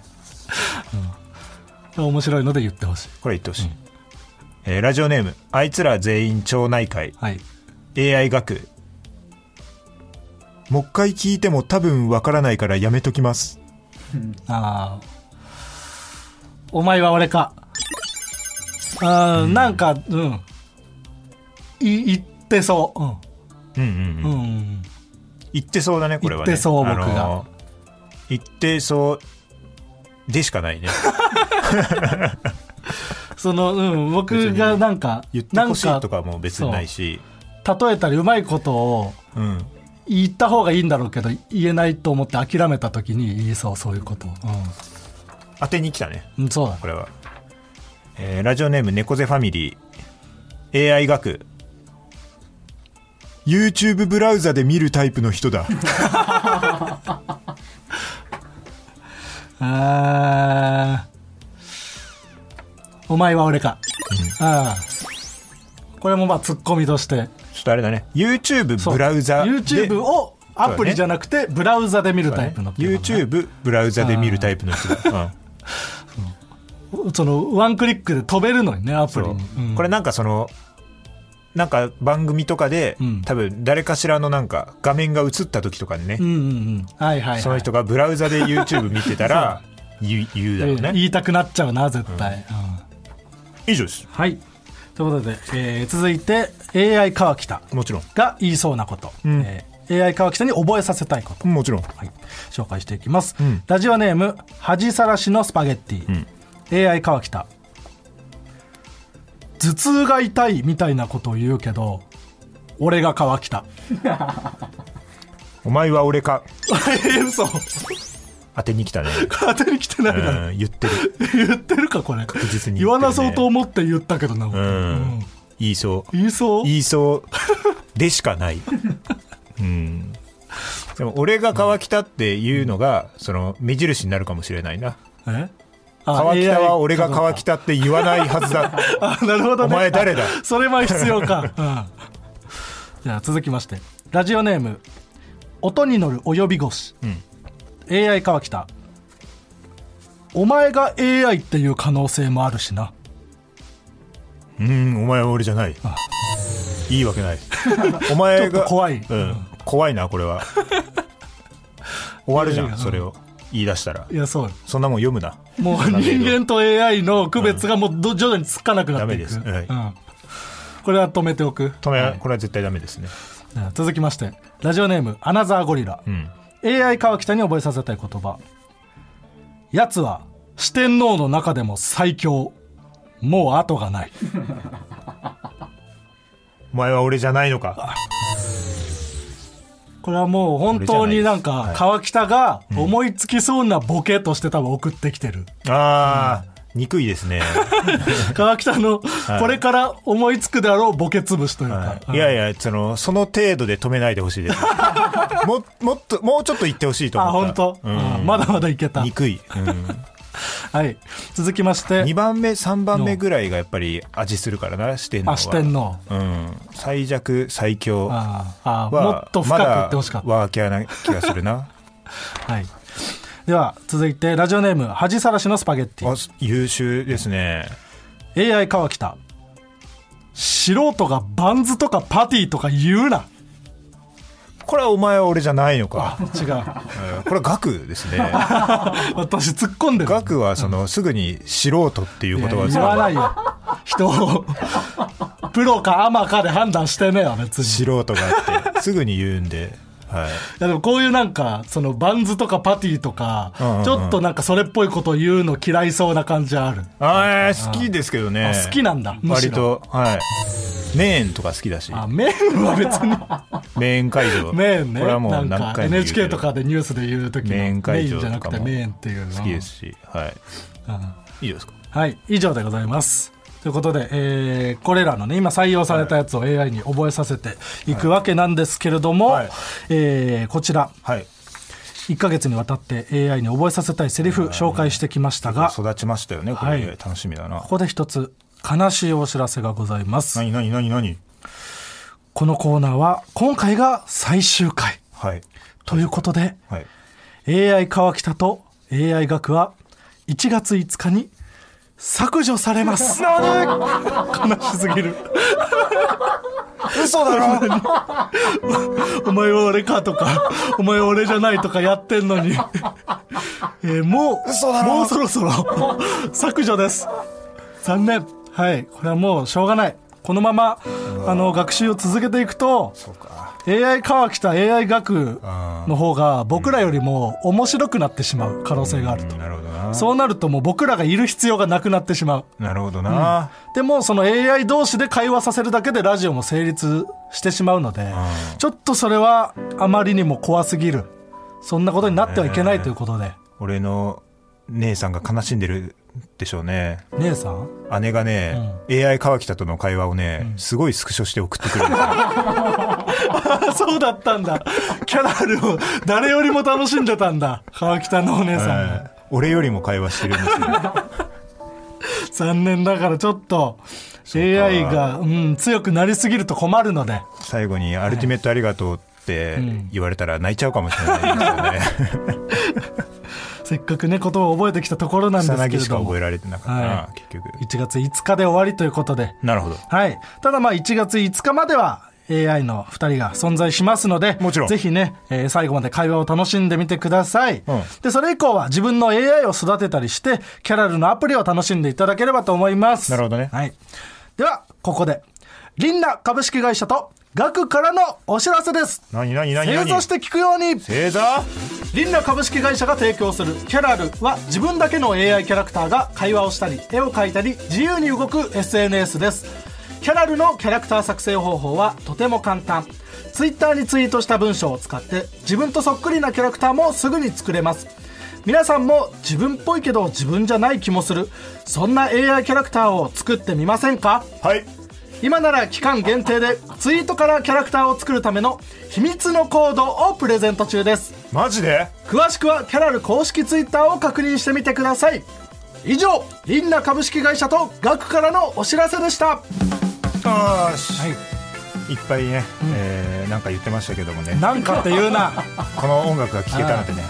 Speaker 3: 面白いので言ってほしい
Speaker 2: これ言ってほしい、えーラジオネームあいつら全員町内会
Speaker 3: はい
Speaker 2: AI 学もう一回聞いても多分わからないからやめときます
Speaker 3: ああお前は俺かうんなんかうんい言ってそうう
Speaker 2: う
Speaker 3: ん
Speaker 2: んうんうん
Speaker 3: うんうん
Speaker 2: 言ってそうだねこれはね
Speaker 3: 言ってそう僕が
Speaker 2: の言ってそうでしか
Speaker 3: (laughs)
Speaker 2: ないね
Speaker 3: そのうん僕がなんか
Speaker 2: 言ってほし
Speaker 3: ないん
Speaker 2: とか
Speaker 3: か
Speaker 2: も別にないし
Speaker 3: 例えたりうまいことを
Speaker 2: うん
Speaker 3: 言った方がいいんだろうけど言えないと思って諦めた時に言いそうそういうこと
Speaker 2: 当てに来たね
Speaker 3: うん、うん、そうだ
Speaker 2: これは、えーラジオネーム猫背ファミリー AI 学 YouTube ブラウザで見るタイプの人
Speaker 3: (laughs)
Speaker 2: だ
Speaker 3: あーお前は俺か、あーこれもまあツッコミとして
Speaker 2: ちょっとあれだね YouTube
Speaker 3: そう
Speaker 2: ブラウザで
Speaker 3: YouTube をアプリじゃなくてブラウザで見るタイプのっていうことね
Speaker 2: YouTube ブラウザで見るタイプの人だ、
Speaker 3: そのワンクリックで飛べるのにねア
Speaker 2: う
Speaker 3: プ
Speaker 2: ん
Speaker 3: リに、
Speaker 2: そうこれなんかそのなんか番組とかで、
Speaker 3: うん
Speaker 2: 多分誰かしらのなんか画面が映った時とかにね、
Speaker 3: うんうんうんはいはい、はい、
Speaker 2: その人がブラウザで YouTube 見てた
Speaker 3: (laughs)
Speaker 2: ら言う言うだろうね、
Speaker 3: 言いたくなっちゃうな絶対、うん
Speaker 2: 以上です
Speaker 3: はいということで、えー続いて AI 川北
Speaker 2: もちろ
Speaker 3: が言いそうなこと、えー AI 川北に覚えさせたいこと、
Speaker 2: んもちろん
Speaker 3: はい、紹介していきます、ラジオネーム恥さらしのスパゲッティ、AI 川北頭痛が痛いみたいなことを言うけど俺が
Speaker 2: (laughs)
Speaker 3: 川北
Speaker 2: お前は俺か
Speaker 3: え嘘
Speaker 2: 当てに来た
Speaker 3: (laughs)
Speaker 2: ね
Speaker 3: 当てに来てないな、
Speaker 2: うん言ってる
Speaker 3: 言ってるかこれ
Speaker 2: 確実に
Speaker 3: 言
Speaker 2: 言ってるね
Speaker 3: わなそうと思って言ったけどな、
Speaker 2: うん言いそう
Speaker 3: 言いそう
Speaker 2: 言いそうでしか
Speaker 3: (laughs)
Speaker 2: ないうんでも俺が川北っていうのが、その目印になるかもしれないな
Speaker 3: え
Speaker 2: 川北は俺が川
Speaker 3: 乾き
Speaker 2: 北って言わないはず
Speaker 3: (laughs)
Speaker 2: だ
Speaker 3: あなるほど、ね、
Speaker 2: お前誰だ
Speaker 3: あ (laughs) それは必要
Speaker 2: (laughs)
Speaker 3: か、うん、じゃあ続きましてラジオネーム音に乗るお呼び腰、AI 川北お前が AI っていう可能性もあるしな
Speaker 2: うんお前は俺じゃないいいわけないお前
Speaker 3: (laughs) ちょっ
Speaker 2: が
Speaker 3: と怖い
Speaker 2: うん、怖いなこれ
Speaker 3: (laughs)
Speaker 2: は終わるじ
Speaker 3: いやい
Speaker 2: ゃん
Speaker 3: や
Speaker 2: それを言い出したら
Speaker 3: いやそう
Speaker 2: そんなもん読むな
Speaker 3: もう人間と AI の区別がもうど徐々につかなくなっていく、
Speaker 2: ダメですはい
Speaker 3: うん、これは止めておく
Speaker 2: 止め、これは絶対ダメですね
Speaker 3: じゃあ続きましてラジオネームアナザーゴリラ、
Speaker 2: うん
Speaker 3: AI 川北に覚えさせたい言葉やつは四天王の中でも最強もう後がない
Speaker 2: お前は俺じゃないのか
Speaker 3: これはもう本当になんか川北が思いつきそうなボケとして多分送ってきて
Speaker 2: (laughs)
Speaker 3: る、
Speaker 2: ああ、憎いですね
Speaker 3: 川北のこれから思いつくであろうボケ潰しというか、
Speaker 2: は
Speaker 3: う
Speaker 2: い
Speaker 3: ん
Speaker 2: いやいやそのその程度で止めないでほしいです
Speaker 3: (laughs)
Speaker 2: ももっともうちょっと言ってほしいと
Speaker 3: あ
Speaker 2: 思
Speaker 3: 本
Speaker 2: った
Speaker 3: 当、
Speaker 2: うん
Speaker 3: うんまだまだいけた、
Speaker 2: 憎い、うん
Speaker 3: はい、続きまして (laughs)
Speaker 2: 2番目3番目ぐらいがやっぱり味するからな四天王は
Speaker 3: あ四天王
Speaker 2: うん、最弱最強は
Speaker 3: あーあーもっと深く言ってほしかった、
Speaker 2: まだワーキャーな気がするな (laughs)
Speaker 3: はい、では続いてラジオネーム恥さらしのスパゲッティ
Speaker 2: あす優秀ですね
Speaker 3: AI 川北素人がバンズとかパティとか言うな
Speaker 2: これはお前は俺じゃないのか、
Speaker 3: 違
Speaker 2: (laughs)
Speaker 3: う
Speaker 2: うんこれは額です
Speaker 3: (laughs)
Speaker 2: ね
Speaker 3: 私突っ込んでる
Speaker 2: 額はそのすぐに素人っていう言葉を
Speaker 3: 言
Speaker 2: 使
Speaker 3: わ
Speaker 2: う
Speaker 3: ないよ人をプロかアマかで判断してねえわ別にい
Speaker 2: 素人があってすぐに言うんで、はい、
Speaker 3: やでもこういうなんかそのバンズとかパティとか、
Speaker 2: んうんうん
Speaker 3: ちょっとなんかそれっぽいこと言うの嫌いそうな感じはある、
Speaker 2: あー好きですけどね
Speaker 3: あ好きなんだむし
Speaker 2: 割
Speaker 3: ろ
Speaker 2: とはい麺とか好きだし
Speaker 3: あメーンは別に
Speaker 2: 麺会場
Speaker 3: メーンね
Speaker 2: これはもう何
Speaker 3: なんか
Speaker 2: 回も言うけど
Speaker 3: NHK とかでニュースで言う時のメ
Speaker 2: メ
Speaker 3: イ
Speaker 2: ーン
Speaker 3: ンじ
Speaker 2: 会場
Speaker 3: ゃなくて
Speaker 2: とかも
Speaker 3: メーンっていうの
Speaker 2: 好きですし、はい。以上ですか。
Speaker 3: はい、以上でございます。ということで、えーこれらのね、今採用されたやつを AI に覚えさせていくわけなんですけれども、
Speaker 2: はい
Speaker 3: えーこちら、
Speaker 2: はい。
Speaker 3: 1ヶ月にわたって AI に覚えさせたいセリフ紹介してきましたが、こ
Speaker 2: 育ちましたよね。これ、
Speaker 3: はい
Speaker 2: 楽しみだな。
Speaker 3: こで一つ悲しいお知らせがございます。
Speaker 2: 何何何何。
Speaker 3: このコーナーは今回が最終回
Speaker 2: はい。
Speaker 3: ということで、
Speaker 2: はい。
Speaker 3: AI 川北と AI 学は1月5日に削除されます。悲しすぎる。嘘だろお前は俺かとか、お前は俺じゃないとかやってんのに。えーもう、もうそろそろ削除です。残念。はいこれはもうしょうがないこのままあの学習を続けていくと AI 川北 AI 学の方が僕らよりも面白くなってしまう可能性があると
Speaker 2: なるほどな
Speaker 3: そうなるともう僕らがいる必要がなくなってしまう
Speaker 2: なるほどな、
Speaker 3: でもその AI 同士で会話させるだけでラジオも成立してしまうので、ちょっとそれはあまりにも怖すぎるそんなことになってはいけないということで、
Speaker 2: 俺の姉さんが悲しんでるでしょうね
Speaker 3: 姉さん
Speaker 2: 姉がね、AI 川北との会話をね、すごいスクショして送ってくるんです (laughs) よ
Speaker 3: あ (laughs) そうだったんだキャラルを誰よりも楽しんでたんだ川北のお姉さんが、
Speaker 2: はい俺よりも会話してるんですよ (laughs)
Speaker 3: 残念だからちょっと AI が、うん、強くなりすぎると困るので
Speaker 2: 最後に「アルティメットありがとう」って言われたら泣いちゃうかもしれ (laughs) ないですよね
Speaker 3: せっかくね言葉を覚えてきたところなんで
Speaker 2: 草
Speaker 3: すけ
Speaker 2: 薙
Speaker 3: れ
Speaker 2: しか
Speaker 3: ども
Speaker 2: 覚え
Speaker 3: 1
Speaker 2: られてなかったな、
Speaker 3: はい
Speaker 2: 結局
Speaker 3: 月5日で終わりということで
Speaker 2: なるほど
Speaker 3: はい。ただまあ1月5日までは AI の2人が存在しますので、
Speaker 2: もちろん
Speaker 3: ぜひね、えー最後まで会話を楽しんでみてください、
Speaker 2: うん
Speaker 3: で、それ以降は自分の AI を育てたりして、キャラルのアプリを楽しんでいただければと思います。
Speaker 2: なるほどね
Speaker 3: はい。では、ここで、リンナ株式会社とガクからのお知らせです。
Speaker 2: 何何何
Speaker 3: 正
Speaker 2: 何
Speaker 3: 座して聞くように
Speaker 2: 正座
Speaker 3: リンナ株式会社が提供するキャラルは自分だけの AI キャラクターが会話をしたり絵を描いたり自由に動く SNS ですキャラルのキャラクター作成方法はとても簡単 Twitter にツイートした文章を使って自分とそっくりなキャラクターもすぐに作れます皆さんも自分っぽいけど自分じゃない気もするそんな AI キャラクターを作ってみませんか
Speaker 2: はい
Speaker 3: 今なら期間限定でツイートからキャラクターを作るための秘密のコードをプレゼント中です
Speaker 2: マジで
Speaker 3: 詳しくはキャラル公式ツイッターを確認してみてください以上リンナ株式会社とガクからのお知らせでした
Speaker 2: よし、い、っぱいね、えーなんか言ってましたけどもね
Speaker 3: なんかって言う (laughs) な
Speaker 2: この音楽が聴けたのでね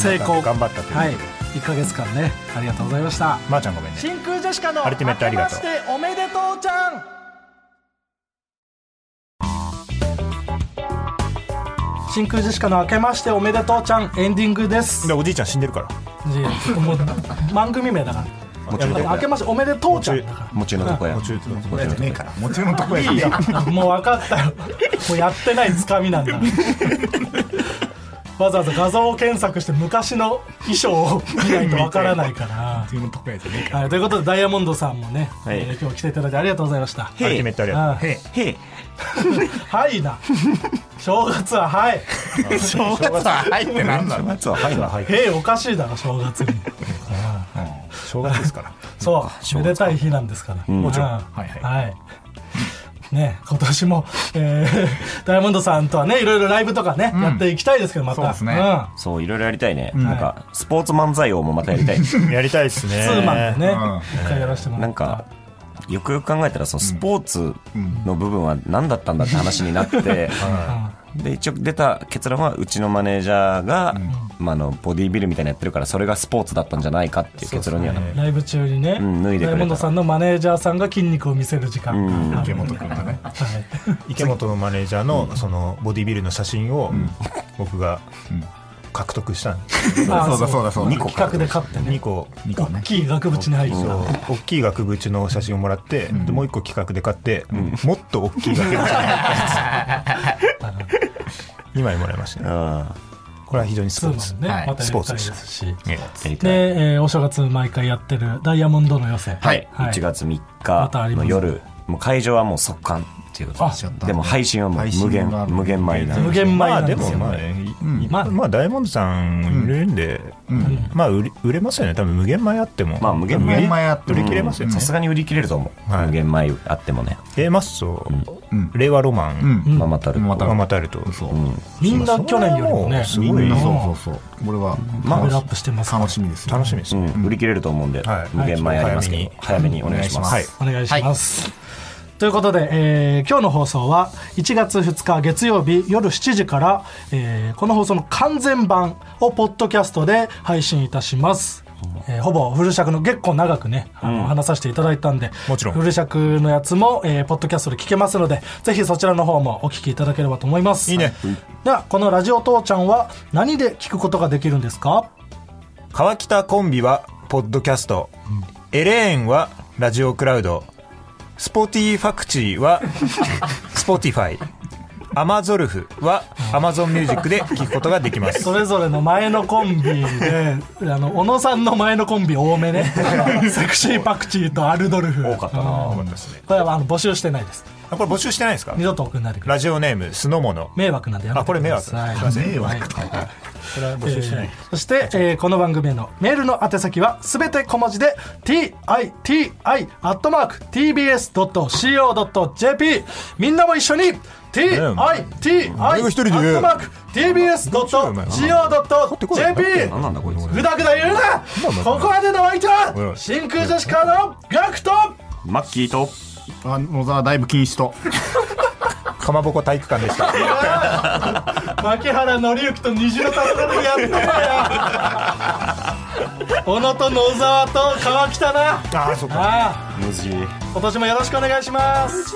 Speaker 3: 成
Speaker 2: 頑張
Speaker 3: 功
Speaker 2: った頑張ったという、
Speaker 3: はい1ヶ月間ねありがとうございました
Speaker 2: まー、ちゃんごめんね
Speaker 3: 真空ジェシカの
Speaker 2: アルティメットありがとう
Speaker 3: 明けましておめでとうちゃん真空ジェシカの明けましておめでとうちゃんエンディングです
Speaker 2: でおじいちゃん死んでるから
Speaker 3: もう (laughs) 番組名だか
Speaker 4: もちろん
Speaker 3: ら明けましておめでとうちゃんだから
Speaker 4: もちろんのとこや
Speaker 2: 途中途中
Speaker 5: 覚えてねえからもちろんとこやいや
Speaker 3: もう分かったよもうやってないつかみなんだわざわざ画像を検索して昔の衣装を見ないと分からないか、
Speaker 5: 自分のとこやじゃねえから
Speaker 3: はい、ということでダイヤモンドさんもね、
Speaker 4: はい
Speaker 3: えー今日来ていただいてありがとうございました
Speaker 2: アルティメットありが
Speaker 3: あ
Speaker 2: とう
Speaker 4: へえ
Speaker 3: はいな正月ははい
Speaker 5: 正月は入ってなんだろう
Speaker 4: やつははいなはい
Speaker 3: へえおかしいだろ正月に
Speaker 2: 正月ですから (laughs)
Speaker 3: そうめでたい日なんですから、も
Speaker 4: も
Speaker 3: ちろん、
Speaker 5: はいはい
Speaker 3: ね、今年も、えーダイヤモンドさんとはねいろいろライブとかね、やっていきたいですけどまた
Speaker 5: そうですね
Speaker 3: ん
Speaker 4: そういろいろやりたいね、なんかスポーツ漫才王もまたやりたい
Speaker 2: やりたいですね
Speaker 3: ツーマンでね、
Speaker 5: うん
Speaker 3: 一回やらせてもら
Speaker 4: な
Speaker 3: っ
Speaker 4: ん
Speaker 3: た
Speaker 4: かよくよく考えたらそのスポーツの部分は何だったんだって話になって、
Speaker 2: (laughs)
Speaker 4: で一応出た結論はうちのマネージャーが、まあ、あのボディービルみたいなのやってるからそれがスポーツだったんじゃないかっていう結論にはなる
Speaker 3: ライブ中にね、
Speaker 4: うん脱いでくれ
Speaker 3: ダ
Speaker 4: た
Speaker 3: イヤモンドさんのマネージャーさんが筋肉を見せる時間、はい
Speaker 5: 池本君がね
Speaker 2: 池本のマネージャーのそのボディビルの写真を僕が獲得したんです
Speaker 3: あ
Speaker 5: そうだそうだそうだ
Speaker 3: 企画で勝ってね
Speaker 2: 2個
Speaker 5: 二個
Speaker 3: 大
Speaker 5: ね
Speaker 3: きい額縁に入る
Speaker 2: そう大きい額縁の写真をもらってでもう1個企画で買ってもっと大きい額縁の2
Speaker 3: (laughs)
Speaker 2: 枚もらいましたね
Speaker 4: あ
Speaker 2: これは非常にス
Speaker 3: ツ
Speaker 2: ポ
Speaker 3: ー
Speaker 2: ー
Speaker 3: マ
Speaker 2: ツ
Speaker 3: ンね、
Speaker 5: はい
Speaker 3: またやり
Speaker 2: ス
Speaker 3: た
Speaker 2: ポ
Speaker 3: い
Speaker 2: ーツ
Speaker 3: で
Speaker 2: ですす
Speaker 3: し
Speaker 2: ね
Speaker 4: ーやりたい
Speaker 3: で、えーお正月毎回やってるダイヤモンドの寄せ
Speaker 4: はい、1月3日の夜、もう会場はもう速乾っていうこと
Speaker 3: あちょっ
Speaker 5: と
Speaker 4: でも配信はもう無限
Speaker 5: 配信は
Speaker 4: 無限前な
Speaker 3: 無限前
Speaker 2: ま
Speaker 3: な
Speaker 2: あ
Speaker 3: んで
Speaker 2: です
Speaker 3: よ
Speaker 2: も、まあ、
Speaker 5: ん
Speaker 2: まあ、まあ、ダイヤモンドさんいるんで、まあ売り、売れますよね。多分無限前あっても。
Speaker 4: まあ無限
Speaker 5: 無限前あって
Speaker 2: 売り切れますよね
Speaker 4: さ。すがに売り切れると思う、
Speaker 2: はい
Speaker 4: 無限前あってもね、
Speaker 2: A マッソ、
Speaker 5: ん
Speaker 2: 令和ロマン、
Speaker 5: ん
Speaker 4: ママタルト
Speaker 5: マ
Speaker 2: ママタルト。
Speaker 5: そう
Speaker 3: みんな去年よりもね
Speaker 2: そ
Speaker 5: み
Speaker 2: れはもうすごい
Speaker 5: んなそうそうそう俺は
Speaker 3: レベルアップしてます
Speaker 5: 楽しみですよ
Speaker 2: 楽しみです
Speaker 4: う
Speaker 2: ね。
Speaker 4: ん、売り切れると思うんで、
Speaker 2: はい
Speaker 4: 無限前ありますけど、早めにお願いします
Speaker 2: はい。
Speaker 3: お願いします、ということで、えー今日の放送は1月2日月曜日夜7時から、えーこの放送の完全版をポッドキャストで配信いたします、えーほぼフル尺の結構長くねあの、話させていただいたんで
Speaker 2: もちろん
Speaker 3: フル尺のやつも、えーポッドキャストで聞けますのでぜひそちらの方もお聞きいただければと思います
Speaker 2: いいね
Speaker 3: ではこの「ラジオ父ちゃん」は何で聞くことができるんですか
Speaker 2: 川北コンビは、ポッドキャスト。エレーンは、ラジオクラウド。スポティファクチーはスポティファイアマゾルフはアマゾンミュージックで聴くことができ
Speaker 3: (laughs)
Speaker 2: ます
Speaker 3: それぞれの前のコンビで、あの、小野さんの前のコンビ多
Speaker 2: (laughs)
Speaker 3: めね。セクシーパクチーとアルドルフ。
Speaker 4: 多かったな
Speaker 3: うんこれはあの募集してないです。
Speaker 2: あこれ募集してないですか
Speaker 3: 二度と送んないでくれ。
Speaker 2: ラジオネームスノモノ
Speaker 3: 迷惑なんでやめて
Speaker 2: あこれ迷惑
Speaker 3: ください
Speaker 2: すいません
Speaker 5: 迷惑
Speaker 3: はいはい
Speaker 2: これは募集してない、
Speaker 3: えーそして、えーこの番組へのメールの宛先はすべて小文字で titi.tbs.co.jp みんなも一緒に titi.tbs.co.jp
Speaker 4: なんだこいつ
Speaker 3: ぐだぐだ言うなここまでのお相手は真空ジェシカのガクト
Speaker 4: マッキーと
Speaker 5: あ野沢だいぶ禁止と
Speaker 2: かまぼこ体育館でした
Speaker 3: 牧原紀之と虹の戦いやってたよ小野と野沢と川北な
Speaker 2: ああそっか
Speaker 3: ああ
Speaker 4: 無事
Speaker 3: 今年もよろしくお願いします。